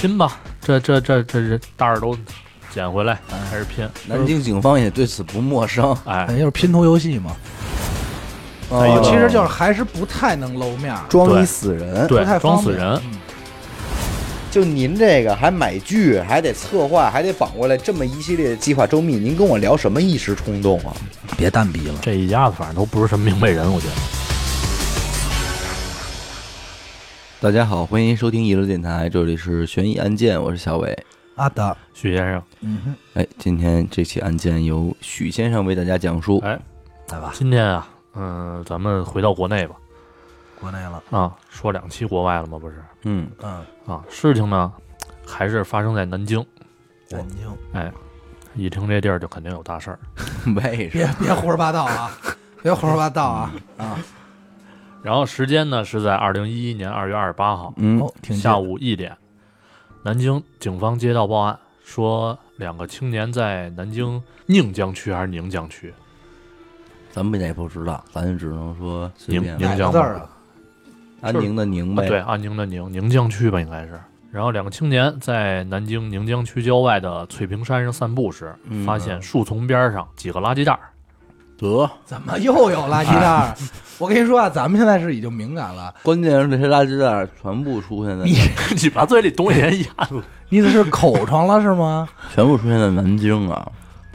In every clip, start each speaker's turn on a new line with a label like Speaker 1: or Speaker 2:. Speaker 1: 拼吧，这这这这人大耳朵捡回来
Speaker 2: 哎
Speaker 1: 开始拼，
Speaker 2: 南京警方也对此不陌生。
Speaker 1: 哎，
Speaker 3: 就是拼图游戏嘛，
Speaker 4: 哎呦
Speaker 2: 哦
Speaker 4: 其实就是还是不太能露面儿，
Speaker 2: 装
Speaker 1: 对
Speaker 2: 一死人，
Speaker 1: 对
Speaker 4: 不太，
Speaker 1: 装
Speaker 4: 方
Speaker 1: 死
Speaker 4: 便
Speaker 1: 人，
Speaker 4: 嗯
Speaker 2: 就您这个还买剧，还得策划，还得绑过来，这么一系列计划周密，您跟我聊什么一时冲动啊？
Speaker 3: 别蛋逼了。
Speaker 1: 这一家子反正都不是什么明白人，我觉得。
Speaker 2: 大家好，欢迎收听娱乐电台，这里是悬疑案件，我是小伟。
Speaker 3: 阿达，
Speaker 1: 许先生，
Speaker 3: 嗯哼，
Speaker 2: 哎，今天这期案件由许先生为大家讲述。
Speaker 1: 哎，
Speaker 3: 来吧，
Speaker 1: 今天啊，嗯，咱们回到国内吧，
Speaker 3: 国内了，
Speaker 1: 啊，说两期国外了吗？不是
Speaker 2: 嗯，
Speaker 3: 嗯，
Speaker 1: 啊，事情呢还是发生在南京，
Speaker 3: 南京，
Speaker 1: 哎，一听这地儿就肯定有大事儿。
Speaker 2: 为什
Speaker 4: 别别胡说八道 啊，别胡说八道啊，
Speaker 1: 然后时间呢是在二零一一年二月二十八号
Speaker 2: 嗯
Speaker 3: 哦，挺近
Speaker 1: 下，午一点，南京警方接到报案，说两个青年在南京宁江区还是宁江区，
Speaker 2: 咱们也不知道，咱只能说随
Speaker 1: 宁
Speaker 2: 便
Speaker 1: 宁
Speaker 4: 哪个
Speaker 1: 江
Speaker 4: 字
Speaker 1: 吗
Speaker 4: 儿啊？
Speaker 2: 安宁的宁
Speaker 1: 啊
Speaker 2: 呗。
Speaker 1: 对，安宁的宁，宁江区吧，应该是。然后两个青年在南京宁江区郊外的翠屏山上散步时，
Speaker 2: 嗯
Speaker 1: 发现树丛边上几个垃圾袋 儿。
Speaker 2: 得，
Speaker 4: 怎么又有垃圾 袋儿？我跟你说啊，咱们现在是已经敏感了，
Speaker 2: 关键是这些垃圾袋儿全部出现在
Speaker 3: 你
Speaker 1: 你把嘴里东西咽 了。
Speaker 3: 你这是口疮了是吗？
Speaker 2: 全部出现在南京啊，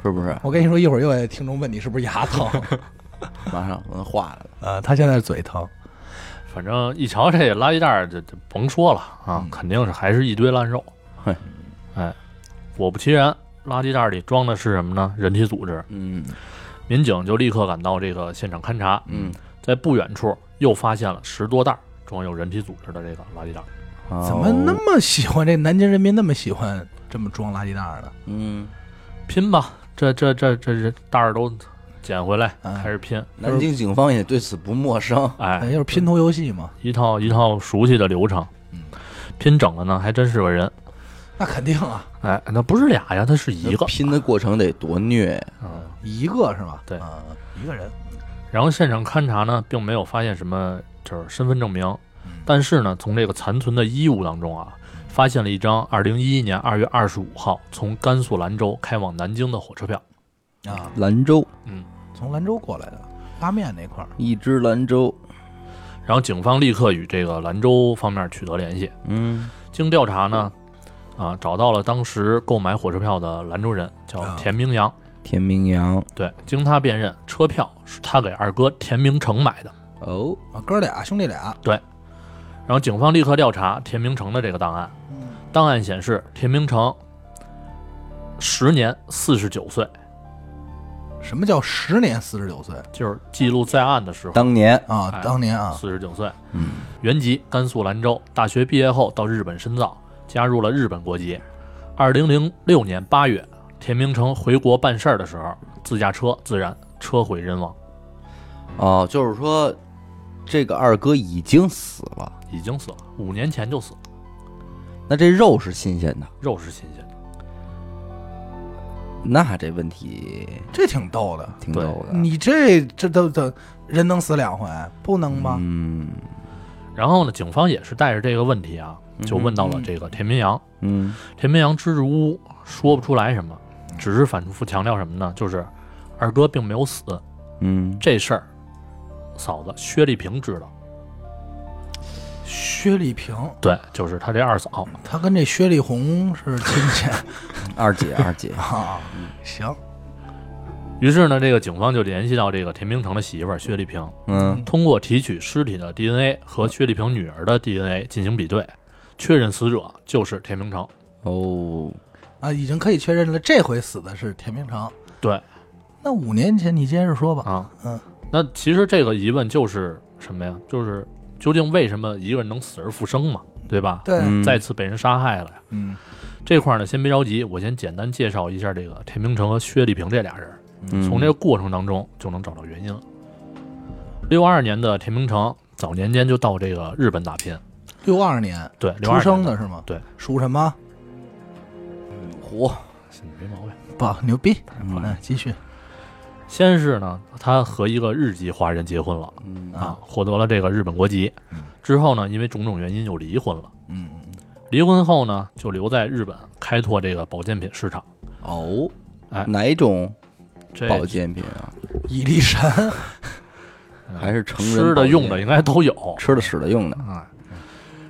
Speaker 2: 是不是？
Speaker 3: 我跟你说，一会儿又有听众问你是不是牙疼，
Speaker 2: 马上我能画来了。
Speaker 3: 呃，他现在嘴疼，
Speaker 1: 反正一瞧这垃圾袋儿，这这甭说了啊，肯定是还是一堆烂肉
Speaker 2: 嗯 嘿。
Speaker 1: 哎，果不其然，垃圾袋里装的是什么呢？人体组织。
Speaker 2: 嗯
Speaker 1: 民警就立刻赶到这个现场勘查，
Speaker 2: 嗯，
Speaker 1: 在不远处又发现了十多袋儿装有人体组织的这个垃圾袋儿。
Speaker 2: 好
Speaker 3: 怎么那么喜欢这南京人民那么喜欢这么装垃圾袋儿呢？
Speaker 2: 嗯？
Speaker 1: 拼吧，这这这这这袋儿都捡回来，
Speaker 3: 嗯
Speaker 1: 开始拼。
Speaker 2: 南京警方也对此不陌生。
Speaker 3: 哎，
Speaker 1: 啊哎，
Speaker 3: 就是拼图游戏嘛，
Speaker 1: 一套一套熟悉的流程，拼整了呢，还真是个人。
Speaker 3: 那肯定啊，
Speaker 1: 哎，那不是俩呀，它是一个。
Speaker 2: 拼的过程得多虐呀，
Speaker 1: 嗯
Speaker 3: 一个是吧？
Speaker 1: 对
Speaker 3: 啊，一个人，
Speaker 1: 然后现场勘查呢，并没有发现什么就是身份证明
Speaker 3: 嗯，
Speaker 1: 但是呢，从这个残存的衣物当中啊，发现了一张二零一一年二月二十五号从甘肃兰州开往南京的火车票。
Speaker 3: 啊，
Speaker 2: 兰州
Speaker 1: 嗯，
Speaker 3: 从兰州过来的，拉面那块儿，
Speaker 2: 一只兰州，
Speaker 1: 然后警方立刻与这个兰州方面取得联系，
Speaker 2: 嗯，
Speaker 1: 经调查呢，啊，找到了当时购买火车票的兰州人，叫
Speaker 3: 啊
Speaker 1: 田明阳。
Speaker 2: 田明阳
Speaker 1: 对，经他辨认，车票是他给二哥田明成买的。
Speaker 2: 哦，
Speaker 3: 啊，哥俩兄弟俩，
Speaker 1: 然后警方立刻调查田明成的这个档案，档案显示田明成时年四十九岁，
Speaker 3: 什么叫十年四十九岁
Speaker 1: 就是记录在案的时候
Speaker 2: 当年
Speaker 3: 啊
Speaker 1: 哎？
Speaker 3: 当年啊，
Speaker 1: 四十九岁。
Speaker 2: 嗯，
Speaker 1: 原籍甘肃兰州，大学毕业后到日本深造，加入了日本国籍。二零零六年八月，田明成回国办事儿的时候，自驾车自燃，车毁人亡，
Speaker 2: 哦，就是说这个二哥已经死了，
Speaker 1: 已经死了，五年前就死了，
Speaker 2: 那这肉是新鲜的，
Speaker 1: 肉是新鲜的。
Speaker 2: 那这问题
Speaker 3: 这挺逗的。
Speaker 2: 挺逗的，
Speaker 3: 你这这都都人能死两回，不能吗？
Speaker 2: 嗯
Speaker 1: 然后呢，警方也是带着这个问题啊，就问到了这个田明阳。
Speaker 2: 嗯
Speaker 1: 田明阳支支吾吾说不出来什么，只是反复强调什么呢？就是二哥并没有死
Speaker 2: 嗯，
Speaker 1: 这事儿，嫂子薛丽萍知道。
Speaker 3: 薛丽萍，
Speaker 1: 对，就是他这二嫂。
Speaker 3: 她跟这薛丽红是亲戚，
Speaker 2: 二姐二姐
Speaker 3: 啊。行，
Speaker 1: 于是呢，这个警方就联系到这个田明成的媳妇儿薛丽萍，
Speaker 2: 嗯
Speaker 1: 通过提取尸体的 DNA 和薛丽萍女儿的 DNA 进行比对，确认死者就是田明成。
Speaker 2: 哦，
Speaker 3: 啊，已经可以确认了，这回死的是田明成。
Speaker 1: 对
Speaker 3: 那五年前你接着说吧。
Speaker 1: 啊，
Speaker 3: 嗯，
Speaker 1: 那其实这个疑问就是什么呀？就是究竟为什么一个人能死而复生嘛，对吧？
Speaker 3: 对，
Speaker 2: 嗯
Speaker 1: 再次被人杀害了呀。
Speaker 3: 嗯，
Speaker 1: 这块儿呢，先别着急，我先简单介绍一下这个田明成和薛丽萍这俩人，
Speaker 2: 嗯
Speaker 1: 从这个过程当中就能找到原因了。六二年的田明成早年间就到这个日本打拼，
Speaker 3: 六二年
Speaker 1: 对，六
Speaker 3: 出
Speaker 1: 二
Speaker 3: 生
Speaker 1: 的，
Speaker 3: 的是吗？
Speaker 1: 对，
Speaker 3: 属什么？
Speaker 2: 虎，
Speaker 1: 没毛病。
Speaker 3: 不，牛逼。
Speaker 2: 嗯
Speaker 1: 哎
Speaker 3: 嗯，继续。
Speaker 1: 先是呢，他和一个日籍华人结婚了
Speaker 2: 嗯
Speaker 1: 啊，获得了这个日本国籍，之后呢，因为种种原因又离婚了。
Speaker 3: 嗯，
Speaker 1: 离婚后呢，就留在日本开拓这个保健品市场。
Speaker 2: 哦，
Speaker 1: 哎
Speaker 2: 哪一种
Speaker 1: 这
Speaker 2: 保健品啊？
Speaker 3: 伊丽山
Speaker 2: 还是成人
Speaker 1: 吃
Speaker 2: 保
Speaker 1: 的、
Speaker 2: 健
Speaker 1: 用的应该都有。
Speaker 2: 吃的、使的、用的。
Speaker 1: 哎，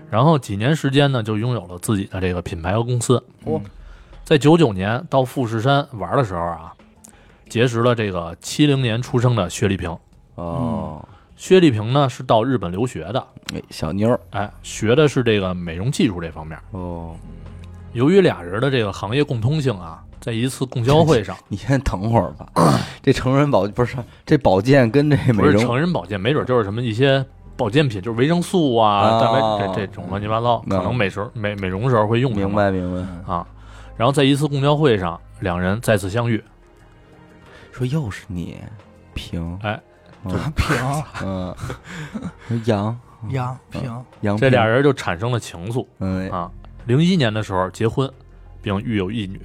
Speaker 1: 然后几年时间呢，就拥有了自己的这个品牌和公司。
Speaker 2: 哦
Speaker 1: 在九九年到富士山玩的时候啊，结识了这个七零年出生的薛丽萍。
Speaker 2: 哦，
Speaker 1: 薛丽萍呢是到日本留学的，
Speaker 2: 哎，小妞儿
Speaker 1: 哎，学的是这个美容技术这方面。
Speaker 2: 哦，
Speaker 1: 由于俩人的这个行业共通性啊，在一次供销会 上，
Speaker 2: 你先等会儿吧。这成人保不是这保健跟这美
Speaker 1: 不是
Speaker 2: 容
Speaker 1: 成人保健，没准就是什么一些保健品，就是维生素啊、
Speaker 2: 啊
Speaker 1: 蛋白这这种乱七八糟，可能美时候美美容时候会用上
Speaker 2: 明白明白。
Speaker 1: 啊。然后在一次供销会上，两人再次相遇，
Speaker 2: 说又是你，平
Speaker 1: 哎，
Speaker 3: 平
Speaker 2: 嗯，说嗯 杨
Speaker 3: 杨平，
Speaker 2: 杨
Speaker 1: 这俩
Speaker 2: 平，
Speaker 1: 人就产生了情愫
Speaker 2: 嗯，
Speaker 1: 啊。零一年的时候结婚，并育有一女，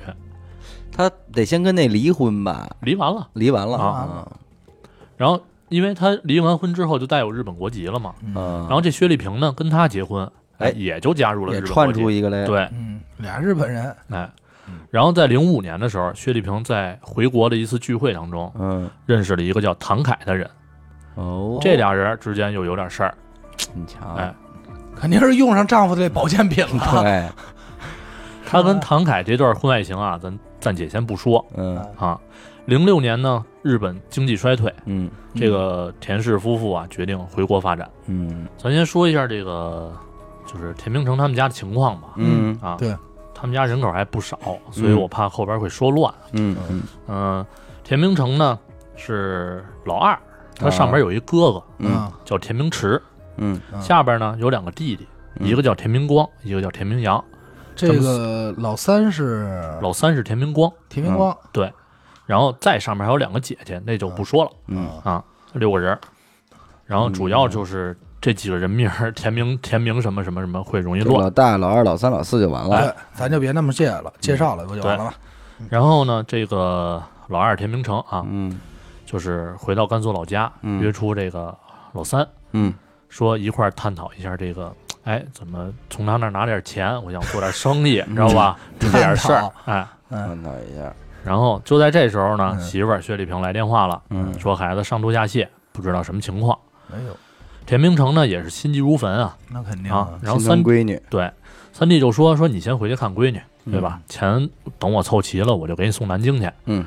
Speaker 2: 他得先跟那离婚吧，
Speaker 1: 离完了。
Speaker 2: 离完了
Speaker 3: 啊，
Speaker 1: 然后因为他离完婚之后就带有日本国籍了嘛，
Speaker 2: 嗯
Speaker 1: 然，后这薛丽萍呢跟他结婚，
Speaker 2: 哎
Speaker 1: 也就加入了
Speaker 2: 也
Speaker 1: 日本
Speaker 2: 串
Speaker 1: 国籍
Speaker 2: 出。一个来，
Speaker 1: 对，
Speaker 3: 嗯，俩日本人，
Speaker 1: 哎，然后在零五年的时候，薛丽萍在回国的一次聚会当中
Speaker 2: 嗯，
Speaker 1: 认识了一个叫唐凯的人，
Speaker 2: 哦，
Speaker 1: 这俩人之间又有点事儿。
Speaker 2: 你瞧，
Speaker 1: 哎，
Speaker 3: 肯定是用上丈夫的保健品了。
Speaker 2: 对，
Speaker 1: 他跟唐凯这段婚外情啊，咱暂且先不说
Speaker 2: 嗯
Speaker 1: 啊。零六年呢，日本经济衰退，
Speaker 2: 嗯
Speaker 1: 这个田氏夫妇啊决定回国发展。
Speaker 2: 嗯
Speaker 1: 咱先说一下这个，就是田明成他们家的情况吧。
Speaker 2: 嗯
Speaker 1: 啊，
Speaker 3: 对，
Speaker 1: 他们家人口还不少，所以我怕后边会说乱。
Speaker 2: 嗯嗯
Speaker 1: 嗯，田明成呢是老二，他上边有一哥哥
Speaker 2: 嗯
Speaker 1: 叫田明池，
Speaker 2: 嗯，
Speaker 3: 嗯
Speaker 1: 下边呢有两个弟弟，
Speaker 2: 嗯
Speaker 1: 一个叫田明光，一个叫田明阳。
Speaker 3: 这个老三是
Speaker 2: 嗯
Speaker 1: 老三是田明光，
Speaker 3: 田明光，
Speaker 1: 然后再上面还有两个姐姐，那就不说了
Speaker 2: 嗯
Speaker 1: 啊，六个人儿。然后主要就是这几个人名
Speaker 2: 嗯
Speaker 1: 儿，田明、田明什么什么什么会容易
Speaker 2: 就
Speaker 1: 乱。
Speaker 2: 老大、老二、老三、老四就完了，
Speaker 3: 嗯对，咱就别那么介了，
Speaker 2: 嗯
Speaker 3: 介绍了不就完了吗？
Speaker 1: 然后呢，这个老二田明成啊，
Speaker 2: 嗯
Speaker 1: 就是回到甘肃老家，
Speaker 2: 嗯
Speaker 1: 约出这个老三，
Speaker 2: 嗯
Speaker 1: 说一块儿探讨一下这个，哎，怎么从他那儿拿点钱？我想做点生 意，知道吧？这点事
Speaker 3: 探
Speaker 1: 儿，哎。
Speaker 2: 探讨一下，
Speaker 1: 然后就在这时候呢，
Speaker 3: 嗯
Speaker 1: 媳妇儿薛丽萍来电话了，
Speaker 2: 嗯
Speaker 1: 说孩子上吐下泻，不知道什么情况。
Speaker 3: 哎呦，
Speaker 1: 田明成呢也是心急如焚啊
Speaker 3: 那肯定
Speaker 1: 啊
Speaker 3: 啊！，
Speaker 1: 然后
Speaker 2: 嗯心疼
Speaker 1: 三
Speaker 2: 闺女，
Speaker 1: 对三弟就说说你先回去看闺女，对吧？钱等我凑齐了，我就给你送南京去。
Speaker 2: 嗯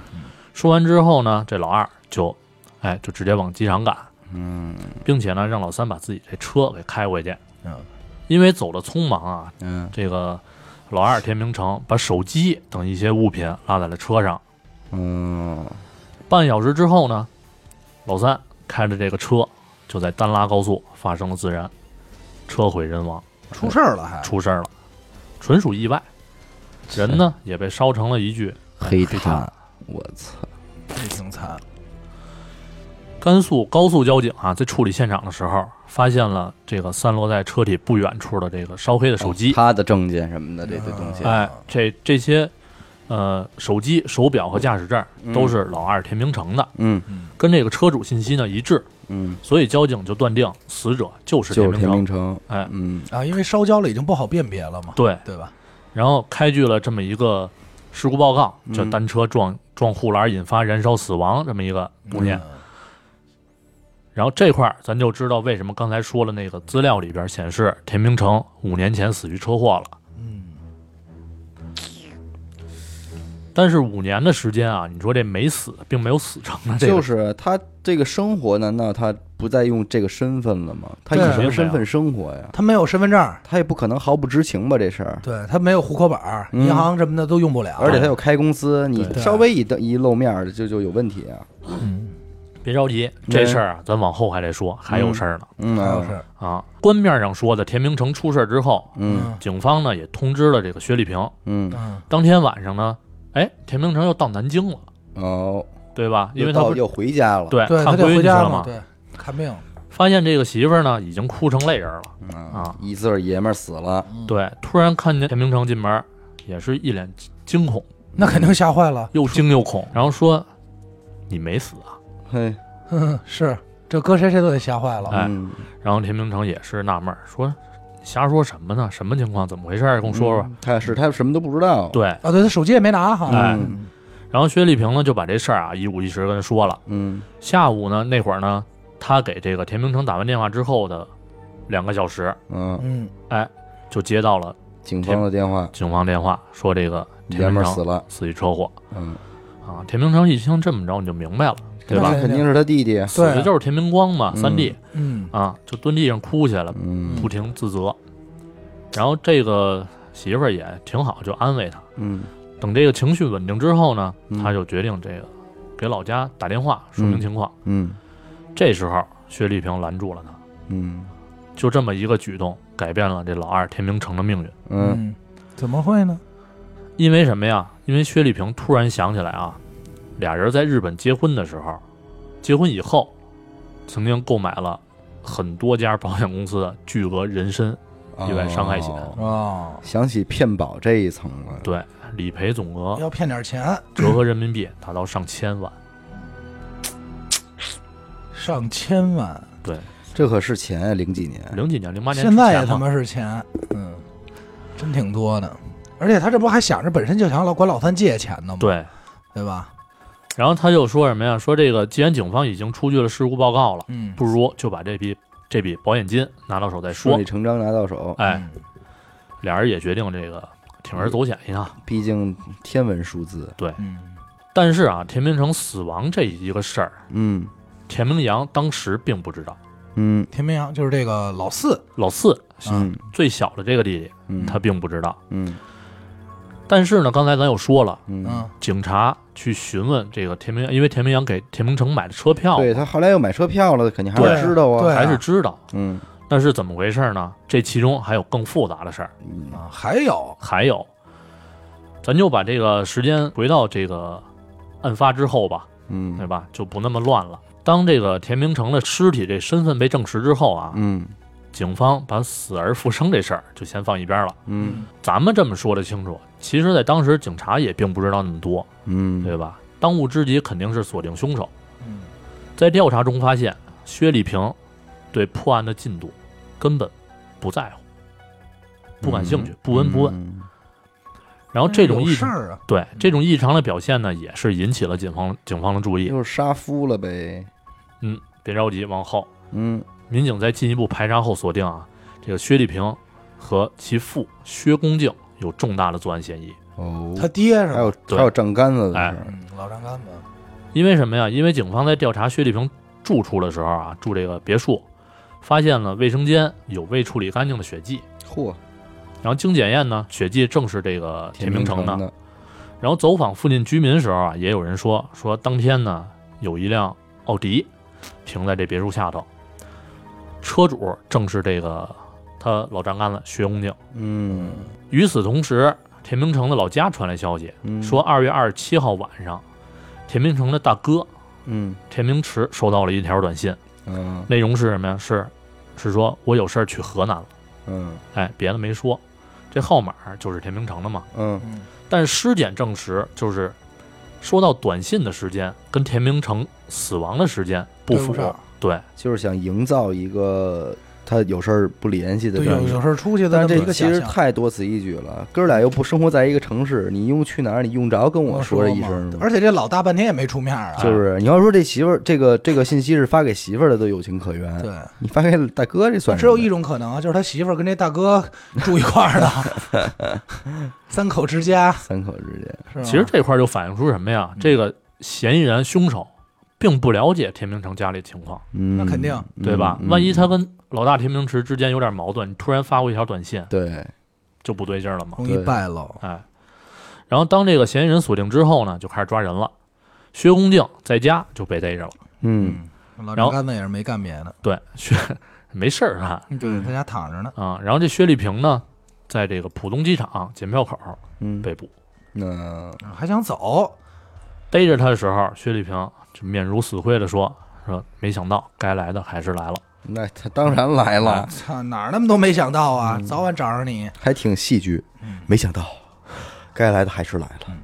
Speaker 1: 说完之后呢，这老二就哎就直接往机场赶，
Speaker 2: 嗯
Speaker 1: 并且呢让老三把自己这车给开回去。
Speaker 3: 嗯，
Speaker 1: 因为走的匆忙啊，
Speaker 2: 嗯
Speaker 1: 这个老二田明成把手机等一些物品落在了车上。
Speaker 2: 嗯，
Speaker 1: 半小时之后呢，老三开着这个车就在丹拉高速发生了自燃，车毁人亡，
Speaker 3: 出事儿了还
Speaker 1: 出事儿了，纯属意外。人呢也被烧成了一具。
Speaker 2: 黑他，我操，
Speaker 3: 这挺惨，
Speaker 1: 甘肃高速交警啊，在处理现场的时候，发现了这个散落在车体不远处的这个烧黑的手机。
Speaker 2: 他的证件什么的这些东西，
Speaker 1: 哎，这这些，呃，手机、手表和驾驶证都是老二田明成的。
Speaker 2: 嗯
Speaker 1: 跟这个车主信息呢一致，
Speaker 2: 嗯，
Speaker 1: 所以交警就断定死者就是田
Speaker 2: 就是
Speaker 1: 明
Speaker 2: 田明
Speaker 1: 成。
Speaker 2: 成，
Speaker 1: 哎，
Speaker 2: 嗯
Speaker 3: 啊，因为烧焦了已经不好辨别了嘛，
Speaker 1: 对，
Speaker 3: 对吧？
Speaker 1: 然后开具了这么一个事故报告，
Speaker 2: 嗯
Speaker 1: 叫单车撞撞护栏引发燃烧死亡这么一个
Speaker 2: 嗯
Speaker 1: 图片。
Speaker 3: 嗯
Speaker 1: 然后这块儿咱就知道为什么刚才说了那个资料里边显示田明成五年前死于车祸了。
Speaker 3: 嗯，
Speaker 1: 但是五年的时间啊，你说这没死，并没有死成啊，这个、
Speaker 2: 就是他这个生活，难道他不再用这个身份了吗？他以
Speaker 3: 对
Speaker 2: 什么身份生活呀？
Speaker 3: 他没有身份证，
Speaker 2: 他也不可能毫不知情吧这事儿。
Speaker 3: 对他没有户口本儿，
Speaker 2: 嗯
Speaker 3: 银行什么的都用不了，
Speaker 2: 而且他又开公司，你
Speaker 3: 对
Speaker 2: 稍微一登一露面儿就就有问题啊。
Speaker 1: 别着急，这事儿啊，咱往后还得说，还有事儿呢、
Speaker 2: 嗯
Speaker 3: 还有
Speaker 2: 啊，
Speaker 3: 是，
Speaker 1: 啊。官面上说的田明成出事儿之后，
Speaker 2: 嗯
Speaker 1: 警方呢也通知了这个薛丽萍。
Speaker 2: 嗯
Speaker 3: 嗯，
Speaker 1: 当天晚上呢，哎，田明成又到南京了，
Speaker 2: 哦，
Speaker 1: 对吧？因为他
Speaker 2: 又
Speaker 1: 不
Speaker 2: 到又回家了。
Speaker 1: 对
Speaker 3: 对，
Speaker 1: 哎
Speaker 3: 他
Speaker 1: 看
Speaker 3: 得
Speaker 1: 闺女
Speaker 3: 回
Speaker 1: 去
Speaker 3: 家
Speaker 1: 了
Speaker 3: 嘛，
Speaker 1: 嘛，
Speaker 3: 对，看病，
Speaker 1: 发现这个媳妇儿呢已经哭成泪人了。
Speaker 2: 嗯
Speaker 1: 啊
Speaker 2: 一字儿爷们儿死了，
Speaker 1: 对，突然看见田明成进门，也是一脸惊恐，
Speaker 3: 那肯定吓坏了，
Speaker 1: 又惊又恐，然后说：“你没死啊
Speaker 2: 嘿，
Speaker 3: 哼，是，这搁谁谁都得吓坏了，
Speaker 1: 哎
Speaker 2: 嗯？”
Speaker 1: 然后田明成也是纳闷儿，说：“瞎说什么呢？什么情况？怎么回事儿？跟我说说。
Speaker 2: 嗯他是他什么都不知道，，
Speaker 1: 对，
Speaker 4: 啊，对他手机也没拿哈，
Speaker 1: 哎
Speaker 2: 嗯
Speaker 1: 然后薛丽萍呢就把这事儿啊一五一十跟他说了。
Speaker 2: 嗯
Speaker 1: 下午呢那会儿呢，他给这个田明成打完电话之后的两个小时，
Speaker 2: 嗯，
Speaker 4: 嗯，
Speaker 1: 就接到了
Speaker 2: 警方的电话，
Speaker 1: 警方电话，说这个
Speaker 2: 爷
Speaker 1: 田
Speaker 2: 们
Speaker 1: 明
Speaker 2: 儿死
Speaker 1: 成
Speaker 2: 了，
Speaker 1: 死于车祸
Speaker 2: 嗯，
Speaker 1: 啊。田明成一听这么着，你就明白了，对吧
Speaker 2: 那？肯定是他弟弟，
Speaker 1: 死的就是田明光嘛，
Speaker 2: 嗯
Speaker 1: 三弟
Speaker 4: 嗯，
Speaker 1: 啊，就蹲地上哭去了，
Speaker 2: 嗯
Speaker 1: 不停自责。然后这个媳妇儿也挺好，就安慰他。
Speaker 2: 嗯
Speaker 1: 等这个情绪稳定之后呢，
Speaker 2: 嗯
Speaker 1: 他就决定这个给老家打电话说明情况。
Speaker 2: 嗯
Speaker 1: 这时候薛丽萍拦住了他，
Speaker 2: 嗯
Speaker 1: 就这么一个举动改变了这老二田明成的命运。
Speaker 2: 嗯，
Speaker 4: 怎么会呢？
Speaker 1: 因为什么呀？因为薛丽萍突然想起来啊，俩人在日本结婚的时候，结婚以后曾经购买了很多家保险公司的巨额人身意外伤害险
Speaker 2: 哦
Speaker 4: 哦，
Speaker 2: 想起骗保这一层了，
Speaker 1: 对理赔总额
Speaker 4: 哦要骗点钱，
Speaker 1: 折合人民币达到上千万。
Speaker 4: 上千万，
Speaker 1: 对，
Speaker 2: 这可是钱啊，零几年，
Speaker 1: 零几年、零八年
Speaker 4: 现在也
Speaker 1: 之前
Speaker 4: 他
Speaker 1: 嘛
Speaker 4: 妈是钱，嗯，真挺多的。而且他这不还想着本身就想老管老三借钱呢吗？
Speaker 1: 对。
Speaker 4: 对吧？
Speaker 1: 然后他就说什么呀？说这个既然警方已经出具了事故报告了，
Speaker 4: 嗯，
Speaker 1: 不如就把这笔这笔保险金拿到手再
Speaker 2: 顺
Speaker 1: 说
Speaker 2: 理。成章拿到手，
Speaker 1: 哎，俩人也决定这个铤而走险一趟。
Speaker 2: 毕竟天文数字，
Speaker 4: 嗯，
Speaker 1: 但是啊，田明成死亡这一个事儿，
Speaker 2: 嗯
Speaker 1: 田明阳当时并不知道。
Speaker 2: 嗯
Speaker 4: 田明阳就是这个老四，
Speaker 1: 老四
Speaker 2: 嗯
Speaker 1: 最小的这个弟弟，啊
Speaker 2: 嗯，
Speaker 1: 他并不知道。
Speaker 2: 嗯
Speaker 1: 但是呢，刚才咱又说了，
Speaker 2: 嗯，
Speaker 4: 嗯，
Speaker 1: 警察去询问这个田明阳，因为田明阳给田明成买的车票，
Speaker 2: 对他后来又买车票了，肯定还
Speaker 4: 对
Speaker 2: 是知道啊，
Speaker 4: 对啊
Speaker 1: 还是知道。
Speaker 2: 嗯
Speaker 1: 但是怎么回事呢？这其中还有更复杂的事儿，
Speaker 4: 啊，还有，
Speaker 1: 还有，咱就把这个时间回到这个案发之后吧，对
Speaker 2: 嗯
Speaker 1: 吧？就不那么乱了。当这个田明成的尸体这身份被证实之后啊，
Speaker 2: 嗯
Speaker 1: 警方把死而复生这事儿就先放一边了。
Speaker 2: 嗯
Speaker 1: 咱们这么说的清楚，其实，在当时警察也并不知道那么多，
Speaker 2: 嗯，
Speaker 1: 对吧？当务之急肯定是锁定凶手。
Speaker 4: 嗯，
Speaker 1: 在调查中发现，薛丽萍对破案的进度根本不在乎，不感
Speaker 2: 嗯
Speaker 1: 兴趣，不闻不问。
Speaker 2: 问，
Speaker 1: 然后这种
Speaker 4: 有
Speaker 1: 异
Speaker 4: 事
Speaker 1: 常，
Speaker 4: 儿啊，
Speaker 1: 对这种异常的表现呢，也是引起了警方警方的注意。
Speaker 2: 就是杀夫了呗，
Speaker 1: 嗯，别着急，往后
Speaker 2: 嗯
Speaker 1: 民警在进一步排查后锁定啊，这个薛丽萍和其父薛公敬有重大的作案嫌疑。
Speaker 2: 哦，
Speaker 4: 他爹是
Speaker 2: 还
Speaker 4: 吧？
Speaker 2: 有还有账杆子的
Speaker 1: 哎
Speaker 2: 事儿，
Speaker 4: 嗯，老丈杆子，
Speaker 1: 因为什么呀？因为警方在调查薛丽萍住处的时候啊，住这个别墅，发现了卫生间有未处理干净的血迹。
Speaker 2: 嚯，
Speaker 1: 然后经检验呢，血迹正是这个田明成
Speaker 2: 成
Speaker 1: 的。，然后走访附近居民时候啊，也有人说说当天呢有一辆奥迪停在这别墅下头，车主正是这个他老丈杆子薛公敬。
Speaker 2: 嗯，
Speaker 1: 与此同时，田明成的老家传来消息，
Speaker 2: 嗯
Speaker 1: 说，二月二十七号晚上，田明成的大哥
Speaker 2: 嗯
Speaker 1: 田明池收到了一条短信，
Speaker 2: 嗯
Speaker 1: 内容是什么呀？是是说我有事儿去河南了，
Speaker 2: 嗯
Speaker 1: 哎，别的没说。这号码就是田明成的嘛。
Speaker 2: 嗯
Speaker 4: 嗯，
Speaker 1: 但尸检证实，就是收到短信的时间跟田明成死亡的时间不
Speaker 4: 对
Speaker 1: 符
Speaker 4: 不。上，
Speaker 1: 对，
Speaker 2: 就是想营造一个他有事儿不联系的
Speaker 4: 对，
Speaker 2: 这
Speaker 4: 有
Speaker 2: 样一个。
Speaker 4: 有事儿出去的
Speaker 2: 但
Speaker 4: 那
Speaker 2: 这
Speaker 4: 么一
Speaker 2: 个
Speaker 4: 个
Speaker 2: 其
Speaker 4: 想
Speaker 2: 实
Speaker 4: 象，
Speaker 2: 太多此一举了，哥俩又不生活在一个城市，你用去哪儿？你用着跟我说这
Speaker 4: 说
Speaker 2: 一
Speaker 4: 嘛
Speaker 2: 声吗？
Speaker 4: 而且这老大半天也没出面啊，
Speaker 2: 就是你要说这媳妇儿，这个这个信息是发给媳妇儿的，都有情可原。
Speaker 4: 对。
Speaker 2: 你发给大哥这算
Speaker 4: 只有一
Speaker 2: 种，
Speaker 4: 种可能，就是他媳妇儿跟这大哥住一块儿了， 三口之家
Speaker 2: 三口之间，
Speaker 4: 是吧？
Speaker 1: 其实这块儿就反映出什么呀？这个嫌疑人凶手并不了解田明成家里情况，
Speaker 2: 嗯，
Speaker 4: 那肯定
Speaker 2: 嗯，
Speaker 1: 对吧？
Speaker 2: 嗯
Speaker 1: 万一他跟老大田明池之间有点矛盾，你突然发过一条短信，
Speaker 2: 对，
Speaker 1: 就不对劲儿了嘛。
Speaker 4: 容易败露，
Speaker 1: 哎，然后当这个嫌疑人锁定之后呢，就开始抓人了。薛公敬在家就被逮着了，
Speaker 2: 嗯，
Speaker 4: 老
Speaker 1: 然
Speaker 4: 丈
Speaker 1: 后
Speaker 4: 杆子也是没干别的，
Speaker 1: 对，薛没事儿干
Speaker 4: 对，在家躺着呢，
Speaker 1: 啊。然后这薛丽萍呢，在这个浦东机场检票口
Speaker 2: 嗯，
Speaker 1: 被捕，
Speaker 2: 那
Speaker 4: 还想走，
Speaker 1: 逮着他的时候，薛丽萍就面如死灰的说：“说没想到该来的还是来了。
Speaker 2: 那他当然来
Speaker 1: 啊
Speaker 2: 了，
Speaker 4: 操，哪儿那么多没想到
Speaker 1: 嗯
Speaker 4: 啊，早晚找着你，
Speaker 2: 还挺戏剧，
Speaker 4: 嗯
Speaker 2: 没想到该来的还是来了，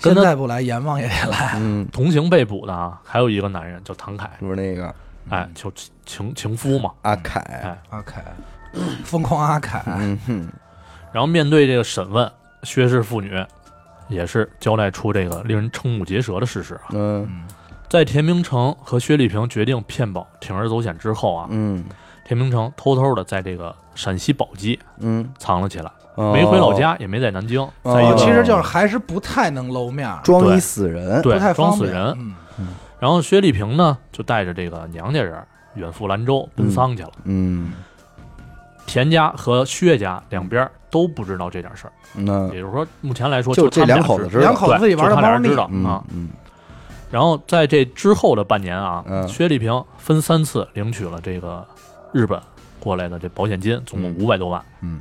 Speaker 1: 跟
Speaker 4: 现
Speaker 1: 他
Speaker 4: 在不来，阎王也得来，
Speaker 2: 嗯，”
Speaker 1: 同行被捕的啊，还有一个男人叫唐凯，
Speaker 2: 就是那个
Speaker 4: 嗯
Speaker 1: 哎，就情情夫嘛。
Speaker 2: 阿凯，
Speaker 1: 哎
Speaker 4: 阿凯，疯狂阿凯，
Speaker 2: 嗯哼，
Speaker 1: 然后面对这个审问，薛氏父女也是交代出这个令人瞠目结舌的事实啊。
Speaker 2: 嗯
Speaker 1: 在田明成和薛丽萍决定骗保铤而走险之后啊，
Speaker 2: 嗯
Speaker 1: 田明成偷偷的在这个陕西宝鸡
Speaker 2: 嗯，
Speaker 1: 藏了起来，
Speaker 2: 哦
Speaker 1: 没回老，家，也没在南京，在一
Speaker 2: 哦
Speaker 1: 个
Speaker 4: 其实就是还是不太能露面儿，
Speaker 2: 装一死人，
Speaker 1: 对
Speaker 4: 不太
Speaker 1: 装
Speaker 4: 方
Speaker 1: 死
Speaker 4: 便。
Speaker 1: 人。
Speaker 4: 嗯，
Speaker 1: 然后薛丽萍呢，就带着这个娘家人远赴兰州奔丧去了。
Speaker 2: 嗯，
Speaker 1: 田家和薛家两边都不知道这点事儿，
Speaker 2: 那
Speaker 1: 也就是说，目前来说
Speaker 2: 就
Speaker 1: 他
Speaker 2: 这
Speaker 1: 们俩
Speaker 2: 两口子
Speaker 1: 知
Speaker 2: 知道
Speaker 4: 嗯两口子自己玩
Speaker 1: 对
Speaker 4: 的
Speaker 1: 就他
Speaker 4: 猫
Speaker 1: 俩人
Speaker 4: 腻
Speaker 1: 知道
Speaker 2: 嗯
Speaker 1: 啊。
Speaker 2: 嗯
Speaker 1: 然后在这之后的半年啊，
Speaker 2: 嗯
Speaker 1: 薛丽萍分三次领取了这个日本过来的这保险金，总共五百多万。
Speaker 2: 嗯，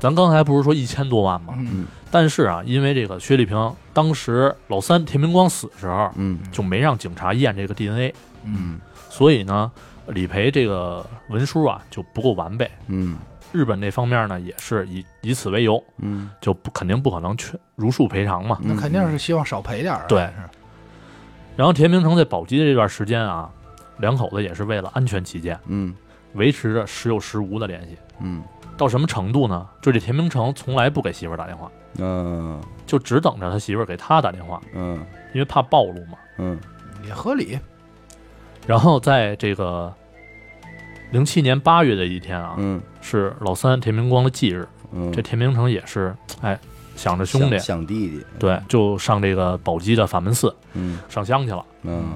Speaker 1: 咱刚才不是说一千多万吗？
Speaker 4: 嗯
Speaker 1: 但是啊，因为这个薛丽萍当时老三田明光死的时候
Speaker 2: 嗯
Speaker 1: 就没让警察验这个 DNA，
Speaker 2: 嗯
Speaker 1: 所以呢，理赔这个文书啊就不够完备。
Speaker 2: 嗯
Speaker 1: 日本这方面呢，也是以以此为由，
Speaker 2: 嗯
Speaker 1: 就不肯定不可能全如数赔偿嘛。
Speaker 4: 那肯定是希望少赔点儿啊。
Speaker 1: 对然后田明成在宝鸡的这段时间啊，两口子也是为了安全起见，
Speaker 2: 嗯
Speaker 1: 维持着时有时无的联系。
Speaker 2: 嗯
Speaker 1: 到什么程度呢？就这田明成从来不给媳妇儿打电话，
Speaker 2: 嗯
Speaker 1: 就只等着他媳妇儿给他打电话，
Speaker 2: 嗯
Speaker 1: 因为怕暴露嘛。
Speaker 2: 嗯
Speaker 4: 也合理。
Speaker 1: 然后在这个零七年八月的一天啊，
Speaker 2: 嗯
Speaker 1: 是老三田明光的忌日。啊
Speaker 2: 嗯，
Speaker 1: 这田明成也是，哎，想着兄弟，
Speaker 2: 想弟弟，
Speaker 1: 对，就上这个宝鸡的法门寺
Speaker 2: 嗯
Speaker 1: 上香去了。
Speaker 2: 嗯，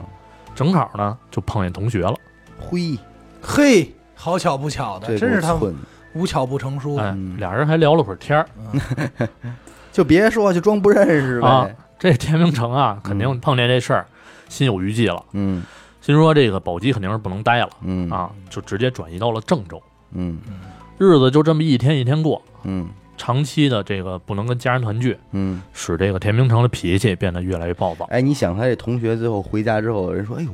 Speaker 1: 正好呢，就碰见同学了。
Speaker 2: 嘿，
Speaker 4: 嘿，好巧不巧的，真是他们
Speaker 2: 们，
Speaker 4: 无巧不成书。
Speaker 1: 哎
Speaker 2: 嗯，
Speaker 1: 俩人还聊了会儿天儿。
Speaker 2: 就别说，就装不认识呗
Speaker 1: 啊，这田明成啊，肯定碰见这事儿，心有余悸了，
Speaker 2: 嗯
Speaker 1: 心说这个宝鸡肯定是不能待了
Speaker 2: 嗯
Speaker 1: 啊，就直接转移到了郑州。
Speaker 2: 嗯
Speaker 1: 日子就这么一天一天过，
Speaker 2: 嗯
Speaker 1: 长期的这个不能跟家人团聚，
Speaker 2: 嗯，
Speaker 1: 使这个田明成的脾气变得越来越暴躁。
Speaker 2: 哎，你想他这同学最后回家之后，人说，哎呦。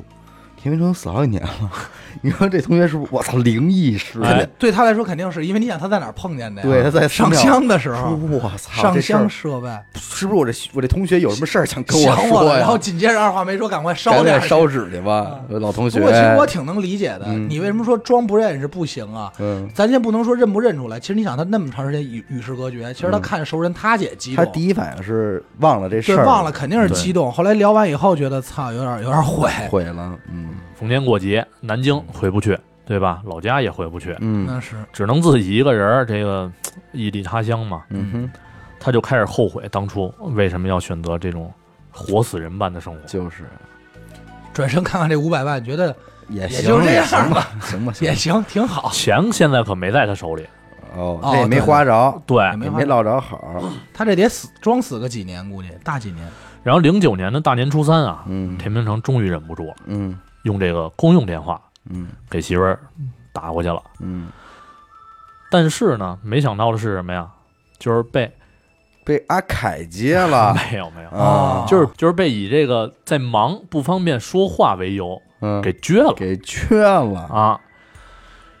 Speaker 2: 田明成死好几年了， 你说这同学是不是？我操，灵异事
Speaker 1: 哎
Speaker 2: 件！
Speaker 4: 对他来说肯定是因为你想他在哪儿碰见的呀？
Speaker 2: 对，他在寺
Speaker 4: 上
Speaker 2: 庙
Speaker 4: 香的时候，
Speaker 2: 我操，
Speaker 4: 啊上
Speaker 2: 这事儿
Speaker 4: 香设拜，
Speaker 2: 是不是我这我这同学有什么事儿想跟
Speaker 4: 想我
Speaker 2: 说
Speaker 4: 了，
Speaker 2: 呀？
Speaker 4: 然后紧接着二话没说，赶快烧
Speaker 2: 赶
Speaker 4: 点
Speaker 2: 紧
Speaker 4: 儿去。
Speaker 2: 烧纸去吧，老同学。
Speaker 4: 不过其实我挺能理解的，
Speaker 2: 嗯
Speaker 4: 你为什么说装不认识不行啊？
Speaker 2: 嗯，
Speaker 4: 咱先不能说认不认出来，其实你想他那么长时间与与世隔绝，其实他看熟人他也激
Speaker 2: 嗯他
Speaker 4: 动，
Speaker 2: 第一反应是忘了这事
Speaker 4: 对
Speaker 2: 儿，
Speaker 4: 忘了肯定是激动。后来聊完以后觉得操，有点有 点悔，
Speaker 2: 毁了。嗯
Speaker 1: 逢年过节，南京回不去，对吧？老家也回不去，
Speaker 2: 嗯
Speaker 4: 那是
Speaker 1: 只能自己一个人儿，这个嘖异地他乡嘛。
Speaker 2: 嗯哼，
Speaker 1: 他就开始后悔当初为什么要选择这种活死人般的生活。
Speaker 2: 就是
Speaker 4: 转身看看这五百万，觉得
Speaker 2: 也
Speaker 4: 也
Speaker 2: 行，
Speaker 4: 就这
Speaker 2: 也
Speaker 4: 样
Speaker 2: 行吧，行 吧，
Speaker 4: 也
Speaker 2: 行吧。
Speaker 4: 行，挺好。
Speaker 1: 钱现在可没在他手里，
Speaker 2: 哦，
Speaker 4: 哦
Speaker 2: 这也没
Speaker 4: 对
Speaker 2: 花着，
Speaker 1: 对。
Speaker 4: 也
Speaker 2: 也
Speaker 4: 没法
Speaker 2: 没落着好。
Speaker 4: 他这得死装死个几年，估计大几年。
Speaker 1: 然后零九年的大年初三啊，
Speaker 2: 嗯
Speaker 1: 田明成终于忍不住了，
Speaker 2: 嗯
Speaker 1: 用这个公用电话
Speaker 2: 嗯
Speaker 1: 给媳妇儿打过去了。
Speaker 2: 嗯，
Speaker 1: 但是呢，没想到的是什么呀？就是被
Speaker 2: 被阿凯接了
Speaker 1: 没有没有，
Speaker 2: 啊，
Speaker 1: 就是就是被以这个在忙不方便说话为由
Speaker 2: 嗯
Speaker 1: 给撅了
Speaker 2: 给劝了。
Speaker 1: 啊！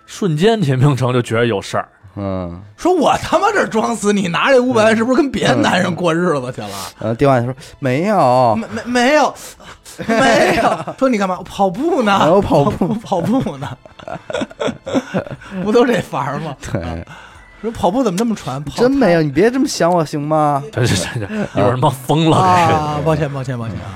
Speaker 1: 瞬间，田明成就觉得有事儿，
Speaker 2: 嗯，
Speaker 4: 说我他妈这装死，你拿这五百万是不是跟别的男人过日子去了？
Speaker 2: 然后电话里说嗯 没有，
Speaker 4: 没没没有， 没有。说你干嘛？跑步呢？
Speaker 2: 我跑步
Speaker 4: 跑 步呢？不都这法儿吗？啊
Speaker 2: 对，
Speaker 4: 说跑步怎么这么传？跑
Speaker 2: 真没有，你别这么想我行吗？
Speaker 1: 这这这这 有人他妈疯了，这是。
Speaker 4: 啊！抱歉，抱歉，抱歉 啊！